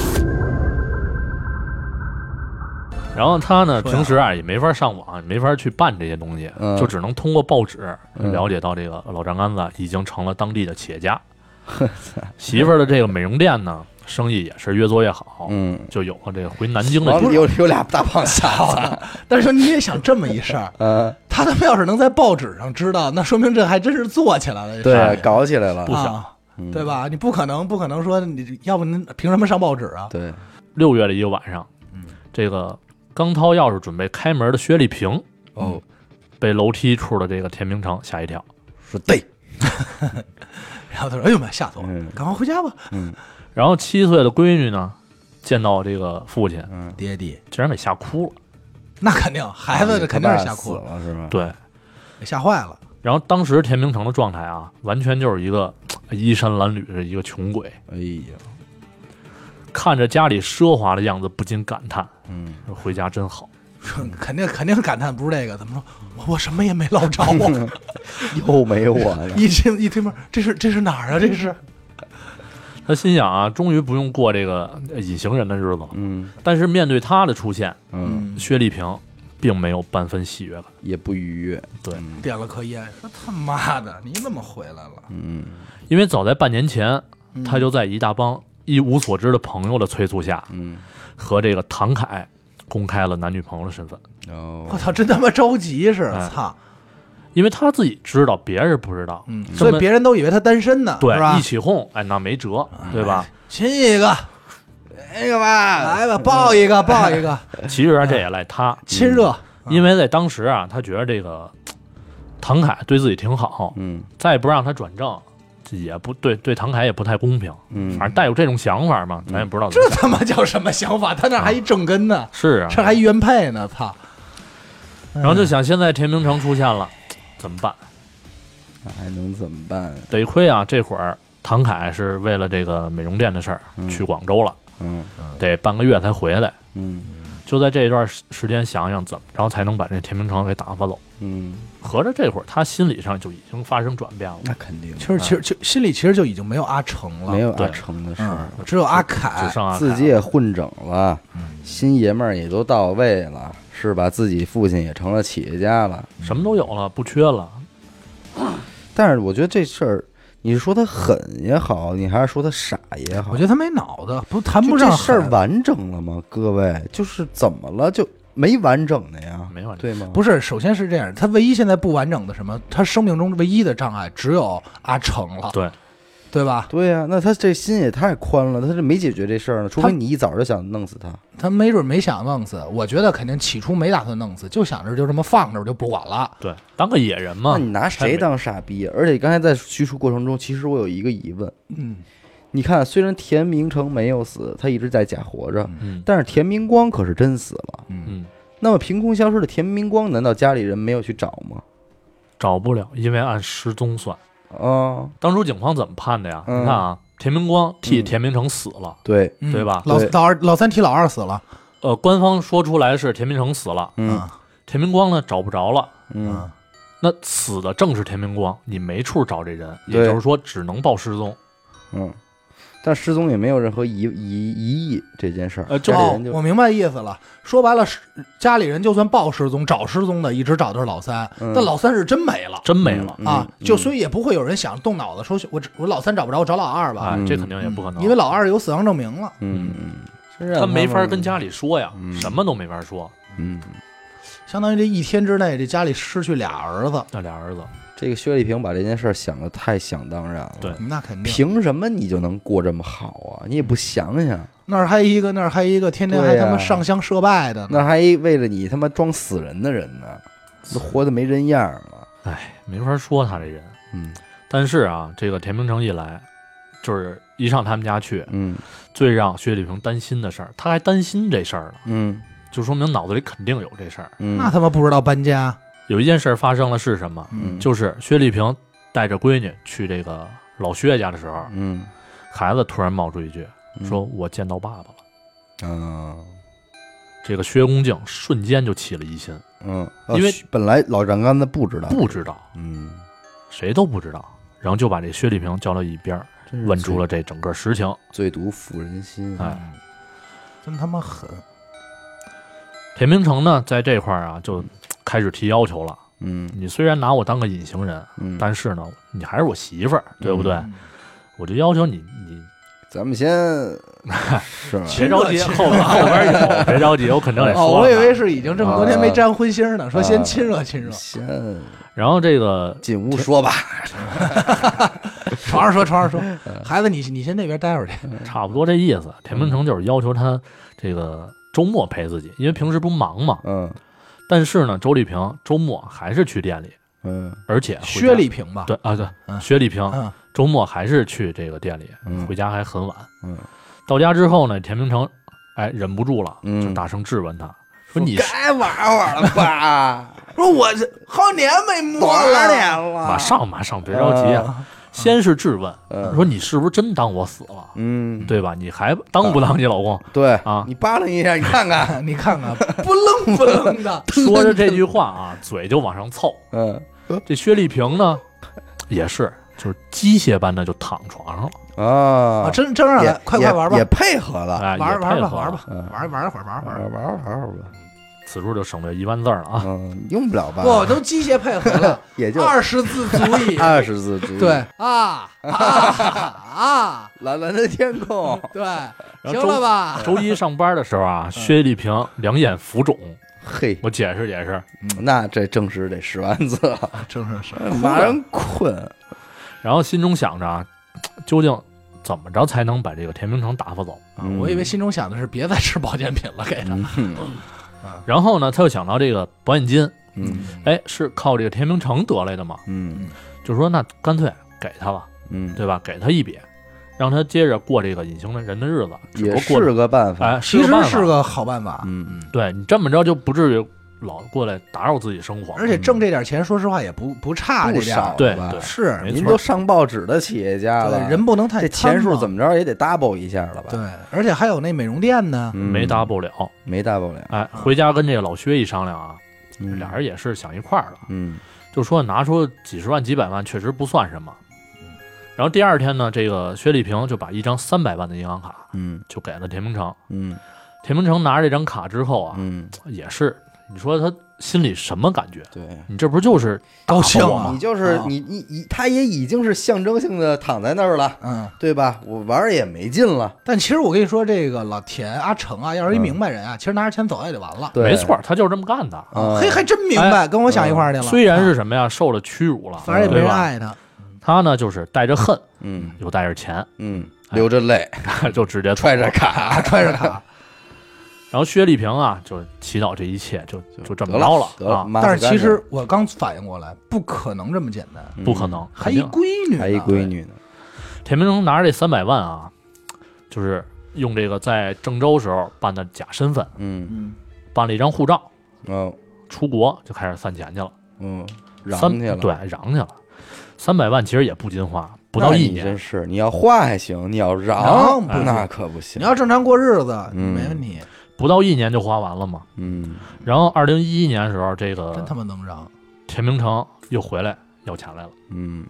Speaker 1: 然后他呢，
Speaker 4: 说呀
Speaker 1: 平时啊也没法上网，也没法去办这些东西，
Speaker 2: 嗯
Speaker 1: 就只能通过报纸了解到这个老丈杆子已经成了当地的企业 家。媳妇儿的这个美容店呢，生意也是越做越好，
Speaker 2: 嗯，
Speaker 1: 就有了这个回南京的
Speaker 2: 然
Speaker 1: 机
Speaker 2: 后
Speaker 1: 会。
Speaker 2: 有有俩大胖小
Speaker 4: 操的！但是说你也想这么一事儿，
Speaker 2: 嗯，
Speaker 4: 他他妈要是能在报纸上知道，那说明这还真是做起来了。这事儿
Speaker 2: 对，搞起来了
Speaker 1: 不，小
Speaker 4: 啊对吧？你不可能，不可能说你，要不您凭什么上报纸啊？
Speaker 2: 对，
Speaker 1: 六月的一个晚上，
Speaker 2: 嗯
Speaker 1: 这个刚掏钥匙准备开门的薛丽萍
Speaker 2: 哦，
Speaker 1: 被楼梯处的这个田明成吓一跳，
Speaker 2: 说对，
Speaker 4: 然后他说：“哎呦妈，吓死我了！
Speaker 2: 嗯
Speaker 4: 赶快回家吧。
Speaker 1: 然后七岁的闺女呢，见到这个父亲，
Speaker 2: 嗯，”
Speaker 4: 爹地，
Speaker 1: 竟然给吓哭了。
Speaker 4: 那肯定，孩子这肯定是吓哭
Speaker 2: 了，了是吗？
Speaker 1: 对，
Speaker 4: 吓坏了。
Speaker 1: 然后当时田明成的状态啊，完全就是一个嘖衣衫褴褛的一个穷鬼，
Speaker 2: 哎呀，
Speaker 1: 看着家里奢华的样子，不禁感叹：
Speaker 2: 嗯，
Speaker 1: 说回家真好。
Speaker 4: 说肯定肯定感叹不是这个，怎么说？我我什么也没捞着
Speaker 2: 嗯
Speaker 4: 啊！
Speaker 2: 又没有我了，
Speaker 4: 一进一推门，这是这是哪儿啊？这是
Speaker 1: 他心想啊，终于不用过这个呃隐形人的日子了。
Speaker 2: 嗯
Speaker 1: 但是面对他的出现，
Speaker 2: 嗯，
Speaker 1: 薛丽萍并没有半分喜悦感。
Speaker 2: 也不愉悦，
Speaker 1: 对
Speaker 2: 嗯
Speaker 4: 点了颗烟，说他妈的，你怎么回来了？
Speaker 2: 嗯，
Speaker 1: 因为早在半年前，
Speaker 4: 嗯
Speaker 1: 他就在一大帮一无所知的朋友的催促下，
Speaker 2: 嗯，
Speaker 1: 和这个唐凯公开了男女朋友的身份。
Speaker 2: 然后
Speaker 4: 我操，真他妈着急是
Speaker 1: 哎，
Speaker 4: 操！
Speaker 1: 因为他自己知道，别人不知道，
Speaker 4: 嗯，
Speaker 1: 这
Speaker 4: 所
Speaker 1: 么
Speaker 4: 以别人都以为他单身呢，
Speaker 1: 对
Speaker 4: 是，吧
Speaker 1: 一？起哄，哎，那没辙，对吧？
Speaker 4: 亲一个，
Speaker 2: 那个吧，
Speaker 4: 来吧，抱一个，抱一个，
Speaker 1: 其实啊这也赖他，
Speaker 4: 亲热。
Speaker 1: 因为在当时啊，他觉得这个唐凯对自己挺好，
Speaker 2: 嗯
Speaker 1: 再不让他转正，这也不对，对唐凯也不太公平。
Speaker 2: 嗯
Speaker 1: 反，正带有这种想法嘛，咱也不知道怎
Speaker 4: 这
Speaker 1: 么。
Speaker 4: 他妈叫什么想法？他那还一正根呢，
Speaker 1: 是啊，
Speaker 4: 嗯这还一原配呢，操！
Speaker 1: 然后就想现在田明成出现了，怎么办？
Speaker 2: 那还能怎么办？
Speaker 1: 得亏啊，这会儿唐凯是为了这个美容店的事儿
Speaker 2: 嗯
Speaker 1: 去广州了，
Speaker 2: 嗯
Speaker 1: 得半个月才回来。
Speaker 2: 嗯
Speaker 1: 就在这段时时间，想想怎么着才能把这田明成给打发走。
Speaker 2: 嗯，
Speaker 1: 合着这会儿他心理上就已经发生转变了。
Speaker 2: 那肯定
Speaker 4: 其实，其实，其实心里其实就已经没有阿成了，
Speaker 2: 没有
Speaker 1: 对
Speaker 2: 阿成的事儿
Speaker 4: 嗯，，只有阿
Speaker 1: 只
Speaker 4: 凯。
Speaker 1: 剩阿凯
Speaker 2: 自己也混整了，
Speaker 4: 嗯
Speaker 2: 新爷们儿也都到位了，是吧？自己父亲也成了企业家了，
Speaker 1: 什么都有了，不缺了。
Speaker 2: 但是我觉得这事儿，你说他狠也好，你还是说他傻也好，
Speaker 4: 我觉得他没脑子，不谈
Speaker 2: 就
Speaker 4: 不
Speaker 2: 这
Speaker 4: 上
Speaker 2: 事儿
Speaker 4: 狠
Speaker 2: 完整了吗？各位，就是怎么了就没完整的呀？
Speaker 1: 没完整
Speaker 2: 对吗？
Speaker 4: 不是，首先是这样，他唯一现在不完整的什么，他生命中唯一的障碍只有阿成
Speaker 2: 啊
Speaker 4: 了，
Speaker 1: 对，
Speaker 4: 对吧？
Speaker 2: 对呀、那他这心也太宽了，他这没解决这事儿呢。除非你一早就想弄死他，
Speaker 4: 他没准没想弄死，我觉得肯定起初没打算弄死，就想着就这么放着就不管了。
Speaker 1: 对，当个野人嘛。
Speaker 2: 那你拿谁当傻逼啊？而且刚才在叙述过程中，其实我有一个疑问，
Speaker 4: 嗯，
Speaker 2: 你看，虽然田明成没有死，他一直在假活着，
Speaker 1: 嗯
Speaker 2: 但是田明光可是真死了。
Speaker 1: 嗯，
Speaker 2: 那么凭空消失的田明光，难道家里人没有去找吗？
Speaker 1: 找不了，因为按失踪算。
Speaker 2: 啊，
Speaker 1: 当初警方怎么判的呀？
Speaker 2: 嗯
Speaker 1: 你看啊，田明光替
Speaker 2: 嗯
Speaker 1: 田明成死了，
Speaker 2: 对，
Speaker 4: 嗯
Speaker 1: 对吧
Speaker 4: 老
Speaker 2: 对
Speaker 4: 老二老三提老二死了，
Speaker 1: 呃，官方说出来是田明成死了，
Speaker 2: 嗯
Speaker 4: 啊
Speaker 1: 田明光呢找不着了。
Speaker 2: 嗯
Speaker 4: 啊
Speaker 1: 那死的正是田明光，你没处找这人，也
Speaker 2: 对
Speaker 1: 就是说只能报失踪。
Speaker 2: 嗯，但失踪也没有任何疑疑疑义这件事儿。
Speaker 1: 呃这
Speaker 2: 家里
Speaker 4: 哦
Speaker 2: 人，就
Speaker 4: 我明白意思了。说白了，是家里人就算报失踪、找失踪的，一直找的是老三，
Speaker 2: 嗯
Speaker 4: 但老三是真没了
Speaker 1: 真没了，
Speaker 4: 啊，
Speaker 2: 嗯
Speaker 4: 就
Speaker 2: 嗯
Speaker 4: 所以也不会有人想动脑子说我只我老三找不着，找老二
Speaker 1: 哎，
Speaker 4: 吧，
Speaker 2: 嗯
Speaker 1: 这肯定也不可能，
Speaker 4: 因为老二有死亡证明了。
Speaker 2: 嗯嗯，真让
Speaker 1: 他没法
Speaker 2: 们
Speaker 1: 跟家里说呀，
Speaker 2: 嗯
Speaker 1: 什么都没法说。
Speaker 2: 嗯，
Speaker 4: 相当于这一天之内，这家里失去俩儿子，
Speaker 1: 那俩儿子，
Speaker 2: 这个薛丽萍把这件事儿想的太想当然了。
Speaker 1: 对
Speaker 4: 那肯定。
Speaker 2: 凭什么你就能过这么好啊？你也不想想，
Speaker 4: 那儿还一个，那儿还一个，天天还
Speaker 2: 对呀
Speaker 4: 他妈上香设拜
Speaker 1: 啊
Speaker 4: 的呢。
Speaker 2: 那还为了你他妈装死人的人呢，都活得没人样儿了。
Speaker 1: 哎，没法说他这人。
Speaker 2: 嗯
Speaker 1: 但是啊，这个田明成一来，就是一上他们家去，
Speaker 2: 嗯
Speaker 1: 最让薛丽萍担心的事儿，他还担心这事儿呢，
Speaker 2: 嗯
Speaker 1: 就说明脑子里肯定有这事儿。
Speaker 2: 嗯，
Speaker 4: 那他妈不知道搬家，
Speaker 1: 有一件事儿发生了是什么？
Speaker 2: 嗯
Speaker 1: 就是薛丽萍带着闺女去这个老薛家的时候，
Speaker 2: 嗯
Speaker 1: 孩子突然冒出一句
Speaker 2: 嗯
Speaker 1: 说：“我见到爸爸了。
Speaker 2: 啊。”
Speaker 1: 这个薛公敬瞬间就起了疑心，
Speaker 2: 嗯，
Speaker 1: 因为
Speaker 2: 哦本来老丈杆子不知道，
Speaker 1: 不知道，
Speaker 2: 嗯，
Speaker 1: 谁都不知道，然后就把这薛丽萍叫到一边儿，
Speaker 2: 真
Speaker 4: 嗯
Speaker 2: 是
Speaker 1: 问出了这整个实情。
Speaker 2: 最最毒妇人心啊
Speaker 1: 哎，
Speaker 4: 真他妈狠！
Speaker 1: 田明成呢，在这块儿啊，就开始提要求了。
Speaker 2: 嗯
Speaker 1: 你虽然拿我当个隐形人，
Speaker 2: 嗯，哎
Speaker 1: 但是呢，你还是我媳妇儿，对不对？
Speaker 4: 嗯
Speaker 1: 我就要求你，你
Speaker 2: 咱 们先是吧
Speaker 1: 别着急，后边后边有，别着急，我肯定
Speaker 2: 哎
Speaker 1: 得
Speaker 4: 哦，
Speaker 1: 说
Speaker 4: 我以为
Speaker 1: 了。
Speaker 4: 是已经这
Speaker 2: 啊
Speaker 4: 么多天没沾荤腥呢，说先亲热亲热。
Speaker 2: 先
Speaker 1: 然后这个
Speaker 2: 进屋说吧。
Speaker 4: 床上说，床上
Speaker 2: 嗯
Speaker 4: 说，孩子，你你先那边待会儿去。
Speaker 1: 差不多这意思，田明成就是要求他这个周末陪自己，因为平时不忙嘛。
Speaker 2: 嗯
Speaker 1: 但是呢，周丽萍周末还是去店里，
Speaker 2: 嗯
Speaker 1: 而且回家
Speaker 4: 薛丽萍吧，
Speaker 1: 对啊对，
Speaker 4: 嗯
Speaker 1: 薛丽萍
Speaker 4: 嗯，
Speaker 1: 周末还是去这个店里，
Speaker 2: 嗯
Speaker 1: 回家还很晚。
Speaker 2: 嗯，
Speaker 1: 到家之后呢，田明成哎忍不住了，
Speaker 2: 嗯
Speaker 1: 就大声质问他说：“你是
Speaker 2: 该玩玩了 吧？
Speaker 4: 说我这好年没摸
Speaker 2: 多少
Speaker 4: 了，
Speaker 2: 年了？
Speaker 1: 马上马上别着急啊！”先是质问
Speaker 2: 嗯
Speaker 1: 说：“你是不是真当我死了？
Speaker 2: 嗯，
Speaker 1: 对吧？你还当不当你老公
Speaker 2: 对
Speaker 1: 啊
Speaker 2: 你扒拉一下，你看看，
Speaker 4: 你看看，不愣不愣的？”，
Speaker 1: 说着这句话啊， 嘴就往上凑。
Speaker 2: 嗯
Speaker 1: 这薛丽萍呢，也是就是机械般的就躺床上了，
Speaker 2: 啊
Speaker 4: 啊，真真让
Speaker 2: 也
Speaker 4: 来，快
Speaker 2: 也
Speaker 4: 快玩吧
Speaker 2: 也，配合了，
Speaker 1: 哎，
Speaker 4: 玩
Speaker 1: 也
Speaker 4: 玩
Speaker 1: 配
Speaker 4: 吧，
Speaker 1: 合
Speaker 4: 玩
Speaker 1: 了
Speaker 4: 吧，
Speaker 2: 嗯
Speaker 4: 玩玩一会儿，玩玩。
Speaker 2: 玩玩玩玩吧，
Speaker 1: 此处就省略一万字儿了啊。
Speaker 2: 嗯，用不了吧？
Speaker 4: 哇，都机械配合了，
Speaker 2: 也就
Speaker 4: 二十字足 矣。
Speaker 2: 二十字足，
Speaker 4: 对，啊啊啊，
Speaker 2: 蓝蓝的天空，
Speaker 4: 对，
Speaker 1: 然后
Speaker 4: 行了吧？
Speaker 1: 周一上班的时候啊，薛丽萍两眼浮肿，
Speaker 2: 嘿，
Speaker 1: 我解释解释。
Speaker 2: 那这正是得十万字 了，
Speaker 4: 真是是，
Speaker 2: 马上困，
Speaker 1: 然后心中想着啊，究竟怎么着才能把这个田明成打发走？
Speaker 2: 嗯
Speaker 4: 我以为心中想的是别再吃保健品了，给他。
Speaker 1: 然后呢，他又想到这个保险金，
Speaker 2: 嗯
Speaker 1: 哎，是靠这个田明成得来的嘛？
Speaker 2: 嗯
Speaker 1: 就说那干脆给他吧，
Speaker 2: 嗯，
Speaker 1: 对吧？给他一笔，让他接着过这个隐形的人的日子，只不
Speaker 2: 也
Speaker 1: 过过
Speaker 2: 是个办法，
Speaker 1: 哎，
Speaker 4: 其
Speaker 1: 个
Speaker 4: 实
Speaker 1: 办法
Speaker 4: 是个好办法，
Speaker 2: 嗯
Speaker 1: 对你这么着就不至于老过来打扰自己生活，
Speaker 4: 而且挣这点钱，说实话也不不差，
Speaker 2: 不
Speaker 4: 这点儿
Speaker 2: 少
Speaker 1: 对
Speaker 2: 吧
Speaker 1: 对
Speaker 4: 是
Speaker 1: 没
Speaker 2: 您
Speaker 1: 错
Speaker 2: 都上报纸的企业家
Speaker 4: 对
Speaker 2: 了，
Speaker 4: 哎人不能太
Speaker 2: 这钱数怎
Speaker 4: 么
Speaker 2: 么着也得 double 一下了吧？
Speaker 4: 对，而且还有那美容店呢，
Speaker 2: 嗯
Speaker 1: 没 double 了。
Speaker 2: 没 double 了，
Speaker 1: 哎，回家跟这个老薛一商量啊，
Speaker 2: 嗯
Speaker 1: 俩人也是想一块儿了，
Speaker 2: 嗯
Speaker 1: 就说拿出几十万、几百万确实不算什么。然后第二天呢，这个薛丽萍就把一张三百万的银行卡
Speaker 2: 嗯
Speaker 1: 就给了田明成。
Speaker 2: 嗯
Speaker 1: 田明成拿着这张卡之后啊，
Speaker 2: 嗯，
Speaker 1: 也是你说他心里什么感觉？
Speaker 2: 对。
Speaker 1: 你这不就是
Speaker 4: 高兴
Speaker 1: 好
Speaker 4: 啊
Speaker 1: 啊
Speaker 2: 你！就是
Speaker 4: 啊
Speaker 2: 你你你，他也已经是象征性的躺在那儿了，
Speaker 4: 嗯，
Speaker 2: 对吧？我玩儿也没劲了，
Speaker 4: 但其实我跟你说，这个老田、阿成啊，要是一
Speaker 2: 嗯
Speaker 4: 明白人啊，其实拿着钱走也就完了。
Speaker 2: 对，
Speaker 1: 没错，他就是这么干的。
Speaker 2: 嗯，
Speaker 4: 嘿，还真明白，跟我想一块儿去了。啊
Speaker 1: 虽然是什么呀，受了屈辱了，
Speaker 4: 反正也没
Speaker 1: 对
Speaker 4: 人
Speaker 1: 吧？
Speaker 4: 爱他，
Speaker 1: 他呢，就是带着恨，
Speaker 2: 嗯
Speaker 1: 又带着钱，
Speaker 2: 嗯，流着泪，
Speaker 1: 就直接走
Speaker 2: 揣着
Speaker 1: 了
Speaker 2: 卡，
Speaker 4: 揣 着卡。
Speaker 1: 然后薛丽萍啊，就祈祷这一切就就这么
Speaker 2: 得
Speaker 1: 着
Speaker 2: 了，得
Speaker 1: 啊，
Speaker 2: 妈
Speaker 4: 但
Speaker 2: 死干
Speaker 4: 是其
Speaker 2: 净嗯
Speaker 4: 实我刚反应过来，不可能这么简单，
Speaker 1: 不可能，
Speaker 4: 还
Speaker 1: 肯
Speaker 4: 一
Speaker 1: 定。
Speaker 4: 闺女呢，
Speaker 2: 还一闺女呢，
Speaker 1: 田明成拿着这三百万啊，就是用这个在郑州时候办的假身份，
Speaker 2: 嗯
Speaker 4: 嗯，
Speaker 1: 办了一张护照，
Speaker 2: 哦
Speaker 1: 出国就开始散钱去了，
Speaker 2: 嗯，
Speaker 1: 三
Speaker 2: 嚷去了，
Speaker 1: 对，嚷去了。三百万其实也不禁花，不
Speaker 2: 那
Speaker 1: 到一
Speaker 2: 你
Speaker 1: 年
Speaker 2: 真，是，你要画还行，你要嚷
Speaker 4: 嚷不
Speaker 2: 那可不行
Speaker 4: 你，要正常过日子
Speaker 2: 嗯
Speaker 4: 没问题，
Speaker 1: 不到一年就花完了嘛。
Speaker 2: 嗯
Speaker 1: 然后二零一一年的时候，这
Speaker 4: 真
Speaker 1: 个
Speaker 4: 他妈能嚷。
Speaker 1: 田明成又回来要钱来了，
Speaker 2: 嗯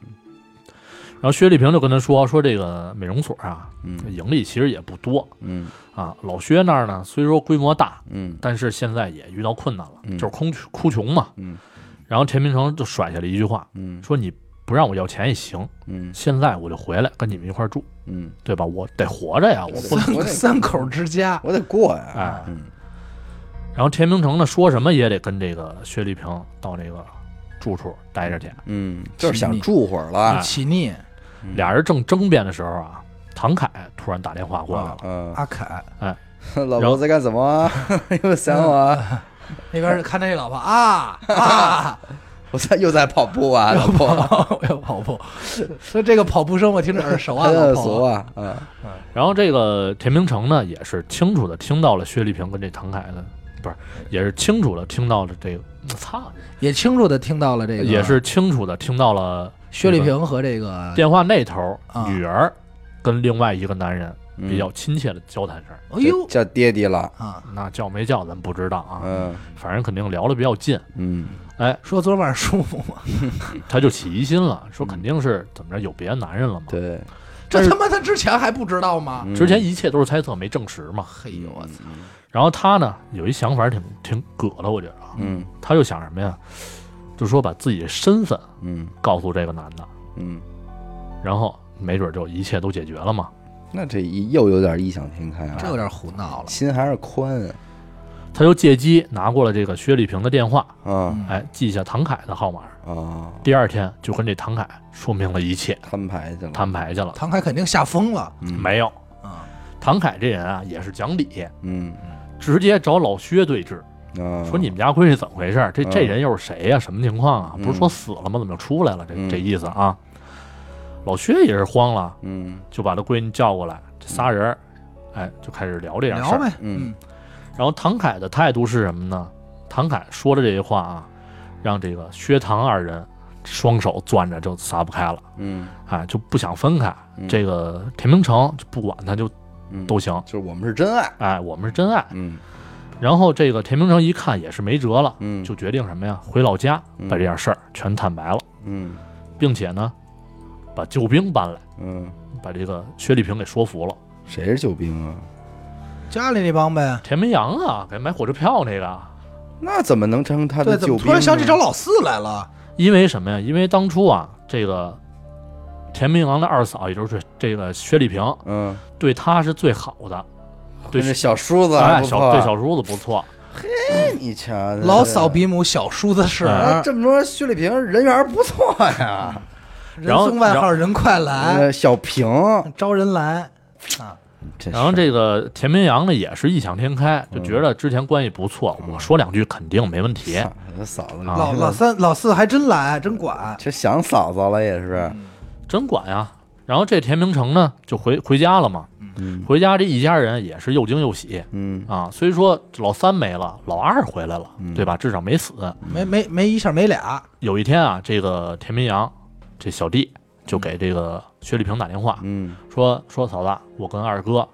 Speaker 1: 然后薛丽萍就跟他说说这个美容所啊，
Speaker 2: 嗯
Speaker 1: 盈利其实也不多
Speaker 2: 嗯
Speaker 1: 啊。老薛那儿呢，虽说规模大，
Speaker 2: 嗯
Speaker 1: 但是现在也遇到困难了，
Speaker 2: 嗯
Speaker 1: 就是空穷哭穷嘛。
Speaker 2: 嗯
Speaker 1: 然后田明成就甩下了一句话，
Speaker 2: 嗯
Speaker 1: 说你不让我要钱也行，
Speaker 2: 嗯
Speaker 1: 现在我就回来跟你们一块儿住，
Speaker 2: 嗯，
Speaker 1: 对吧？我得活着呀，我不能。
Speaker 2: 我得
Speaker 4: 三三口之家，
Speaker 2: 我得过呀，
Speaker 4: 啊
Speaker 1: 哎，
Speaker 2: 嗯
Speaker 1: 然后田明成呢，说什么也得跟这个薛丽萍到这个住处待着去。
Speaker 2: 嗯，就是想住会儿了，
Speaker 4: 起腻
Speaker 2: 啊
Speaker 4: 嗯
Speaker 1: 俩人正争辩的时候啊，唐凯突然打电话过来
Speaker 4: 啊
Speaker 1: 了，
Speaker 2: 嗯，
Speaker 4: 阿凯
Speaker 2: 老婆在干什么？啊 又想我啊？
Speaker 4: 那边是看他这老婆啊啊，
Speaker 2: 我在又在跑步啊，老婆，
Speaker 4: 我要跑步，说这个跑步声我听着耳熟啊，老
Speaker 2: 热
Speaker 4: 婆
Speaker 2: 俗啊，嗯
Speaker 1: 然后这个田明成呢，也是清楚的听到了薛丽萍跟这唐凯的，不是，也是清楚的听到了这个，操，
Speaker 4: 也清楚的听到了这个，
Speaker 1: 也是清楚的听到了
Speaker 4: 薛丽萍和这个，
Speaker 1: 电话那头
Speaker 4: 啊
Speaker 1: 女儿跟另外一个男人
Speaker 2: 嗯
Speaker 1: 比较亲切的交谈声，
Speaker 4: 哎呦
Speaker 2: 叫爹爹了，
Speaker 4: 啊，
Speaker 1: 那叫没叫咱不知道啊，
Speaker 2: 嗯
Speaker 1: 反正肯定聊得比较近。
Speaker 2: 嗯
Speaker 1: 哎，
Speaker 4: 说昨晚舒服 吗？
Speaker 1: 他就起疑心了，说肯定是怎么着有别的男人了嘛。
Speaker 2: 嗯对，嗯
Speaker 4: 这他妈他之前还不知道吗？
Speaker 1: 之前一切都是猜测，没证实嘛。
Speaker 4: 嘿呦我操！
Speaker 1: 然后他呢有一想法挺挺葛的，我觉得啊，
Speaker 2: 嗯
Speaker 1: 他就想什么呀？就说把自己的身份
Speaker 2: 嗯
Speaker 1: 告诉这个男的，
Speaker 2: 嗯
Speaker 1: 然后没准就一切都解决了嘛。
Speaker 2: 那这一又有点异想天
Speaker 1: 嗯
Speaker 2: 开啊，
Speaker 4: 这有点胡闹了。
Speaker 2: 心还是宽
Speaker 1: 他就借机拿过了这个薛丽萍的电话，
Speaker 2: 啊
Speaker 4: 嗯
Speaker 1: 哎，记下唐凯的号码。
Speaker 2: 啊啊！
Speaker 1: 第二天就跟这唐凯说明了一切，
Speaker 2: 摊牌去了，
Speaker 1: 摊牌去了。
Speaker 4: 唐凯肯定吓疯了，
Speaker 2: 嗯
Speaker 1: 没有
Speaker 4: 啊，
Speaker 1: 唐凯这人啊也是讲理，
Speaker 2: 嗯
Speaker 1: 直接找老薛对质，
Speaker 2: 啊，
Speaker 1: 说你们家闺女怎么回事？这
Speaker 2: 嗯
Speaker 1: 这人又是谁呀、什么情况啊？
Speaker 2: 嗯
Speaker 1: 不是说死了吗？怎么又出来了？这
Speaker 2: 嗯
Speaker 1: 这意思啊？老薛也是慌了，
Speaker 2: 嗯
Speaker 1: 就把他闺女叫过来，这仨人，哎，就开始聊这件事
Speaker 4: 聊
Speaker 1: 儿。
Speaker 4: 呗，
Speaker 2: 嗯，
Speaker 1: 然后唐凯的态度是什么呢？唐凯说的这些话啊，让这个薛唐二人双手攥着就撒不开了，
Speaker 2: 嗯
Speaker 1: 哎，就不想分开。
Speaker 2: 嗯
Speaker 1: 这个田明成就不管他就
Speaker 2: 嗯
Speaker 1: 都行，
Speaker 2: 就是我们是真爱，
Speaker 1: 哎，我们是真爱。
Speaker 2: 嗯
Speaker 1: 然后这个田明成一看也是没辙了，
Speaker 2: 嗯
Speaker 1: 就决定什么呀？回老家
Speaker 2: 嗯
Speaker 1: 把这件事儿全坦白了，
Speaker 2: 嗯
Speaker 1: 并且呢，把救兵搬来，
Speaker 2: 嗯，
Speaker 1: 把这个薛丽萍给说服了。
Speaker 2: 谁是救兵啊？
Speaker 4: 家里那帮呗。
Speaker 1: 田明阳啊，给买火车票那个，啊
Speaker 2: 那怎么能成他
Speaker 4: 对，
Speaker 2: 的
Speaker 4: 怎
Speaker 2: 救
Speaker 4: 么
Speaker 2: 兵呢？
Speaker 4: 突然想起找老四来了？
Speaker 1: 因为什么呀？因为当初啊，这个田明阳的二嫂，也就是这个薛丽萍，
Speaker 2: 嗯，
Speaker 1: 对他是最好的，对
Speaker 2: 跟这小叔子还
Speaker 1: 哎
Speaker 2: 不
Speaker 1: 小
Speaker 2: 错啊哎
Speaker 1: 对小叔子不错，
Speaker 2: 你瞧，
Speaker 4: 老嫂比母，小叔子事
Speaker 1: 哎
Speaker 2: 啊，
Speaker 4: 儿，
Speaker 2: 这么说薛丽萍人缘不错呀，
Speaker 4: 人
Speaker 1: 然后
Speaker 4: 送外号“人快来
Speaker 2: 呃，小平，”，
Speaker 4: 招人来。
Speaker 2: 真是
Speaker 1: 然后这个田明阳呢也是异想天开，就觉
Speaker 2: 嗯
Speaker 1: 得之前关系不错，我说两句肯定没问题。
Speaker 2: 操这嫂子
Speaker 1: 啊
Speaker 4: 老老三、老四还真来，真管。
Speaker 2: 这想嫂子了也是，
Speaker 1: 真管呀。然后这田明成呢，就回回家了嘛。
Speaker 2: 嗯
Speaker 1: 回家这一家人也是又惊又喜
Speaker 2: 嗯
Speaker 1: 啊。虽说老三没了，老二回来了，对吧？至少没死。
Speaker 4: 没没没一下没俩，
Speaker 1: 有一天啊，这个田明阳这小弟就给这个薛丽萍打电话，
Speaker 2: 嗯
Speaker 1: 说说嫂子，我跟二哥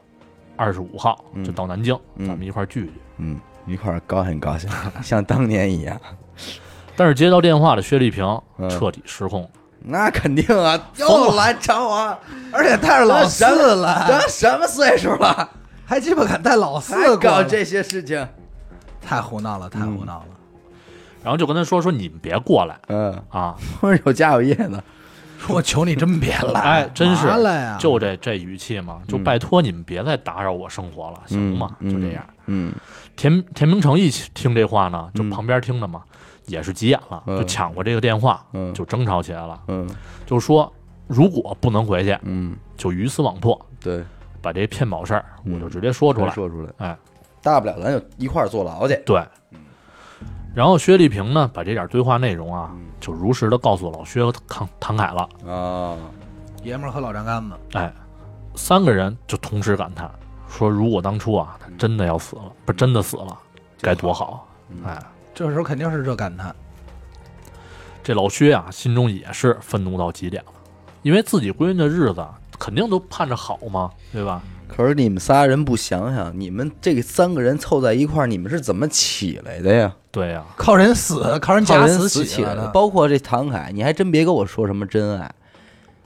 Speaker 1: 二十五号
Speaker 2: 嗯
Speaker 1: 就到南京，
Speaker 2: 嗯
Speaker 1: 咱们一块儿聚聚。
Speaker 2: 嗯，一块儿高兴高兴，像当年一样，
Speaker 1: 但是接到电话的薛丽萍
Speaker 2: 嗯
Speaker 1: 彻底失控了，
Speaker 2: 那肯定啊，又来找我，
Speaker 4: 而且带着老四来，
Speaker 2: 咱什么岁数了，
Speaker 4: 还鸡巴敢带老四
Speaker 2: 还
Speaker 4: 过
Speaker 2: 搞
Speaker 4: 来
Speaker 2: 这些事情？
Speaker 4: 太胡闹了，太
Speaker 1: 嗯
Speaker 4: 胡闹了。
Speaker 1: 然后就跟他说说你们别过来
Speaker 2: 嗯，
Speaker 1: 啊，
Speaker 2: 我有家有业的，
Speaker 4: 说我求你真别来，
Speaker 1: 哎，真是
Speaker 4: 麻来呀！
Speaker 1: 就这这语气嘛，就拜托你们别再打扰我生活了，行吗？就这样。
Speaker 2: 嗯嗯，
Speaker 1: 田田明成一听这话呢，就旁边听着嘛，也是急眼了，
Speaker 2: 嗯
Speaker 1: 就抢过这个电话，
Speaker 2: 嗯
Speaker 1: 就争吵起来了，
Speaker 2: 嗯
Speaker 1: 就说如果不能回去，
Speaker 2: 嗯，
Speaker 1: 就鱼死网破，
Speaker 2: 对，
Speaker 1: 把这骗保事儿
Speaker 2: 嗯
Speaker 1: 我就直接说出来。
Speaker 2: 说出来，
Speaker 1: 哎，
Speaker 2: 大不了咱就一块儿坐牢去。
Speaker 1: 对。然后薛丽萍呢，把这点对话内容啊，
Speaker 2: 嗯
Speaker 1: 就如实的告诉老薛和唐唐凯了。
Speaker 2: 啊，
Speaker 4: 爷们儿和老丈杆子，
Speaker 1: 哎，三个人就同时感叹说：“如果当初啊，他真的要死了，不是真的死了，该多好！”哎，
Speaker 4: 这时候肯定是这感叹。
Speaker 1: 这老薛啊，心中也是愤怒到极点了，因为自己闺女的日子啊肯定都盼着好嘛，对吧？
Speaker 2: 可是你们仨人不想想，你们这三个人凑在一块儿，你们是怎么起来的呀？
Speaker 1: 对呀、
Speaker 4: 靠人死，靠人
Speaker 2: 靠
Speaker 4: 假
Speaker 2: 人
Speaker 4: 死
Speaker 2: 死起
Speaker 4: 来
Speaker 2: 来的，包括这唐凯，你还真别跟我说什么真爱，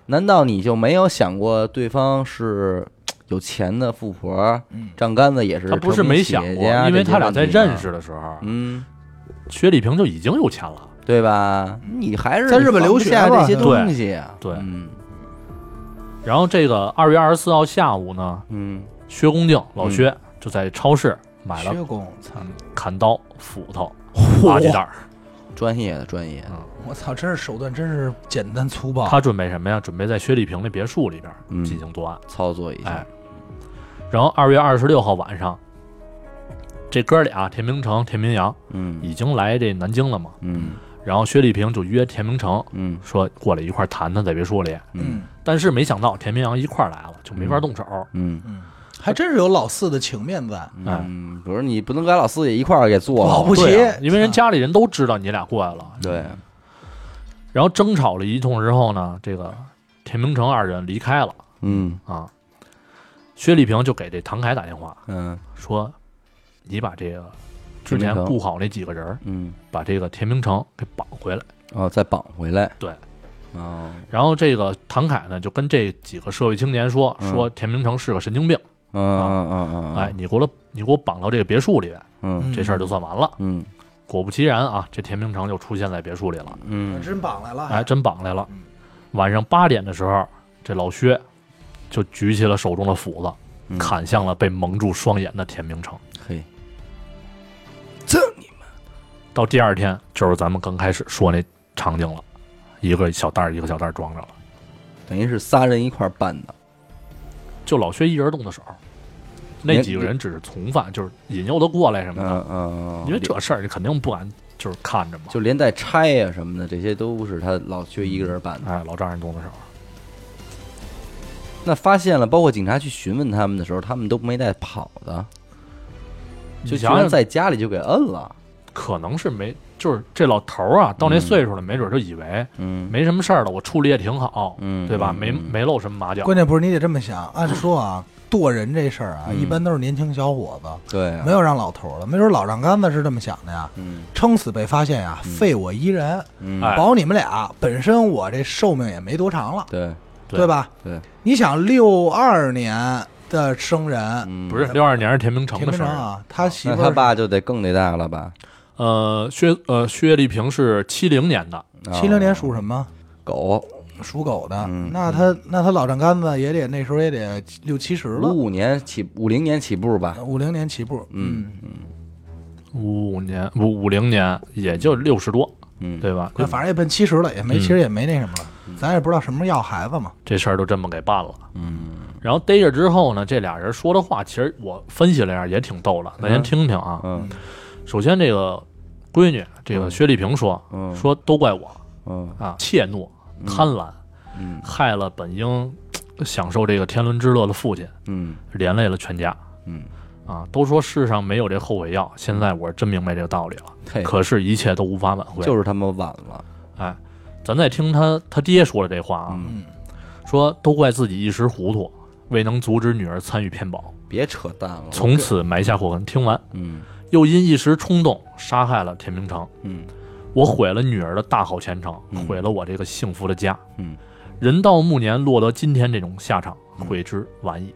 Speaker 2: 难道你就没有想过对方是有钱的富婆，账杆子也是？
Speaker 1: 嗯他不是没想过，因为他俩在认，识的时候，
Speaker 2: 嗯，
Speaker 1: 薛丽萍就已经有钱了。
Speaker 2: 对吧？
Speaker 1: 嗯
Speaker 2: 你还是
Speaker 4: 在日本留学
Speaker 2: 放不下这
Speaker 4: 吧
Speaker 2: 些东西啊，
Speaker 1: 对对
Speaker 2: 嗯
Speaker 1: 然后这个二月二十四号下午呢，
Speaker 2: 嗯
Speaker 1: 薛公敬老薛就在超市买了
Speaker 4: 薛公，操！
Speaker 1: 砍刀、斧头、垃圾袋儿。
Speaker 2: 专业的专业的，
Speaker 4: 我操，真是手段真是简单粗暴。
Speaker 1: 他准备什么呀？准备在薛丽萍那别墅里边
Speaker 2: 啊嗯
Speaker 1: 进行作案。
Speaker 2: 操作一下
Speaker 1: 哎，然后二月二十六号晚上，这哥俩田明成、田明阳
Speaker 2: 嗯
Speaker 1: 已经来这南京了嘛。
Speaker 2: 嗯
Speaker 1: 然后薛丽萍就约田明成
Speaker 2: 嗯
Speaker 1: 说过来一块儿谈谈，在别墅里。
Speaker 2: 嗯
Speaker 1: 但是没想到田明阳一块儿来了，就没法动手。
Speaker 2: 嗯
Speaker 4: 还真是有老四的情面在，
Speaker 1: 哎，
Speaker 2: 嗯，不是你不能跟老四也一块儿给做
Speaker 4: 保
Speaker 2: 了，
Speaker 4: 不齐
Speaker 1: 对啊因为人家里人都知道你俩过来了。
Speaker 2: 对，
Speaker 1: 然后争吵了一通之后呢，这个田明成二人离开了
Speaker 2: 嗯
Speaker 1: 啊。薛丽萍就给这唐凯打电话
Speaker 2: 嗯
Speaker 1: 说：“你把这个之
Speaker 2: 田
Speaker 1: 前
Speaker 2: 明成
Speaker 1: 雇好那几个人儿，
Speaker 2: 嗯，
Speaker 1: 把这个田明成给绑回来。”
Speaker 2: 哦，再绑回来，
Speaker 1: 对，
Speaker 2: 哦。
Speaker 1: 然后这个唐凯呢，就跟这几个社会青年说，
Speaker 2: 嗯
Speaker 1: 说田明成是个神经病，
Speaker 2: 嗯嗯嗯，
Speaker 1: 哎，，你给我你给我绑到这个别墅里边，
Speaker 2: 嗯
Speaker 1: 这事儿就算完了。
Speaker 2: 嗯
Speaker 1: 果不其然啊，这田明成就出现在别墅里了，哎
Speaker 2: 嗯
Speaker 4: 真绑来了。
Speaker 1: 哎，真绑来了。晚上八点的时候，这老薛就举起了手中的斧子，
Speaker 2: 嗯
Speaker 1: 砍向了被蒙住双眼的田明成。
Speaker 2: 嘿，
Speaker 5: 赠你们
Speaker 1: 到第二天，就是咱们刚开始说那场景了，一个小袋儿一个小袋儿装着了，
Speaker 2: 等于是仨人一块儿办的，
Speaker 1: 就老薛一人动的手。那
Speaker 2: 你
Speaker 1: 几个人只是从犯，就是引诱他过来什么的。
Speaker 2: 嗯嗯，
Speaker 1: 因为这事儿你肯定不敢就是看着嘛。
Speaker 2: 就连带拆呀、什么的，这些都是他老薛一个人办的。
Speaker 1: 哎，老丈人动的手，
Speaker 2: 那发现了，包括警察去询问他们的时候，他们都没带跑的，
Speaker 1: 你
Speaker 2: 就居
Speaker 1: 想
Speaker 2: 然
Speaker 1: 想，
Speaker 2: 在家里就给摁了。
Speaker 1: 可能是没，就是这老头儿啊，到那岁数了，没准就以为
Speaker 2: 嗯
Speaker 1: 没什么事儿了，我处理也挺好，
Speaker 2: 嗯，
Speaker 1: 对吧？
Speaker 2: 嗯
Speaker 1: 没
Speaker 2: 嗯
Speaker 1: 没露什么马脚。
Speaker 4: 关键不是你得这么想，按说啊，剁人这事儿啊，
Speaker 2: 嗯
Speaker 4: 一般都是年轻小伙子，
Speaker 2: 对啊，
Speaker 4: 没有让老头儿了，没准老丈杆子是这么想的呀，
Speaker 2: 嗯
Speaker 4: 撑死被发现呀，
Speaker 2: 嗯
Speaker 4: 废我一人，
Speaker 2: 嗯，
Speaker 1: 哎
Speaker 4: 保你们俩。本身我这寿命也没多长了，
Speaker 2: 对
Speaker 1: 对
Speaker 4: 对吧？
Speaker 2: 对，
Speaker 4: 你想六二年的生人，
Speaker 2: 嗯
Speaker 1: 不是六二年是田明成
Speaker 4: 田
Speaker 1: 的
Speaker 4: 明
Speaker 1: 事
Speaker 4: 成
Speaker 1: 儿。
Speaker 4: 啊，他媳
Speaker 2: 那
Speaker 4: 妇
Speaker 2: 他
Speaker 4: 儿
Speaker 2: 爸就得更得大了吧？
Speaker 1: 呃，薛呃薛丽萍是七零年的，
Speaker 4: 七零年属什么？
Speaker 2: 狗，
Speaker 4: 属狗的，
Speaker 2: 嗯
Speaker 4: 那他那他老丈杆子也得那时候也得六七十了，
Speaker 2: 五五年起，五零年起步吧。
Speaker 4: 五零年起步，
Speaker 2: 嗯，
Speaker 1: 五五年五五零年也就六十多，
Speaker 2: 嗯，
Speaker 1: 对吧？
Speaker 4: 那反正也奔七十了，也没
Speaker 1: 嗯
Speaker 4: 其实也没那什么了，咱也不知道什么时候要孩子嘛，
Speaker 1: 这事儿就这么给办了。
Speaker 2: 嗯
Speaker 1: 然后逮着之后呢，这俩人说的话，其实我分析了一下，也挺逗的，咱先听听啊。
Speaker 2: 嗯
Speaker 1: 首先，这个闺女，这个薛丽萍说
Speaker 2: 嗯
Speaker 1: 说都怪我
Speaker 2: 嗯
Speaker 1: 啊，怯懦、贪婪，
Speaker 2: 嗯
Speaker 1: 害了本应嘖享受这个天伦之乐的父亲，
Speaker 2: 嗯
Speaker 1: 连累了全家
Speaker 2: 嗯，
Speaker 1: 啊。都说世上没有这后悔药，现在我是真明白这个道理了。
Speaker 2: 嘿，
Speaker 1: 可是，一切都无法挽回。
Speaker 2: 就是他们晚了。
Speaker 1: 哎，咱再听他他爹说的这话啊，
Speaker 2: 嗯，
Speaker 1: 说都怪自己一时糊涂，未能阻止女儿参与骗保，
Speaker 2: 别扯淡了。
Speaker 1: 从此埋下祸根。听完。
Speaker 2: 嗯
Speaker 1: 又因一时冲动杀害了田明成，
Speaker 2: 嗯
Speaker 1: 我毁了女儿的大好前程
Speaker 2: 嗯，
Speaker 1: 毁了我这个幸福的家。
Speaker 2: 嗯，
Speaker 1: 人到暮年落得今天这种下场，悔之晚矣。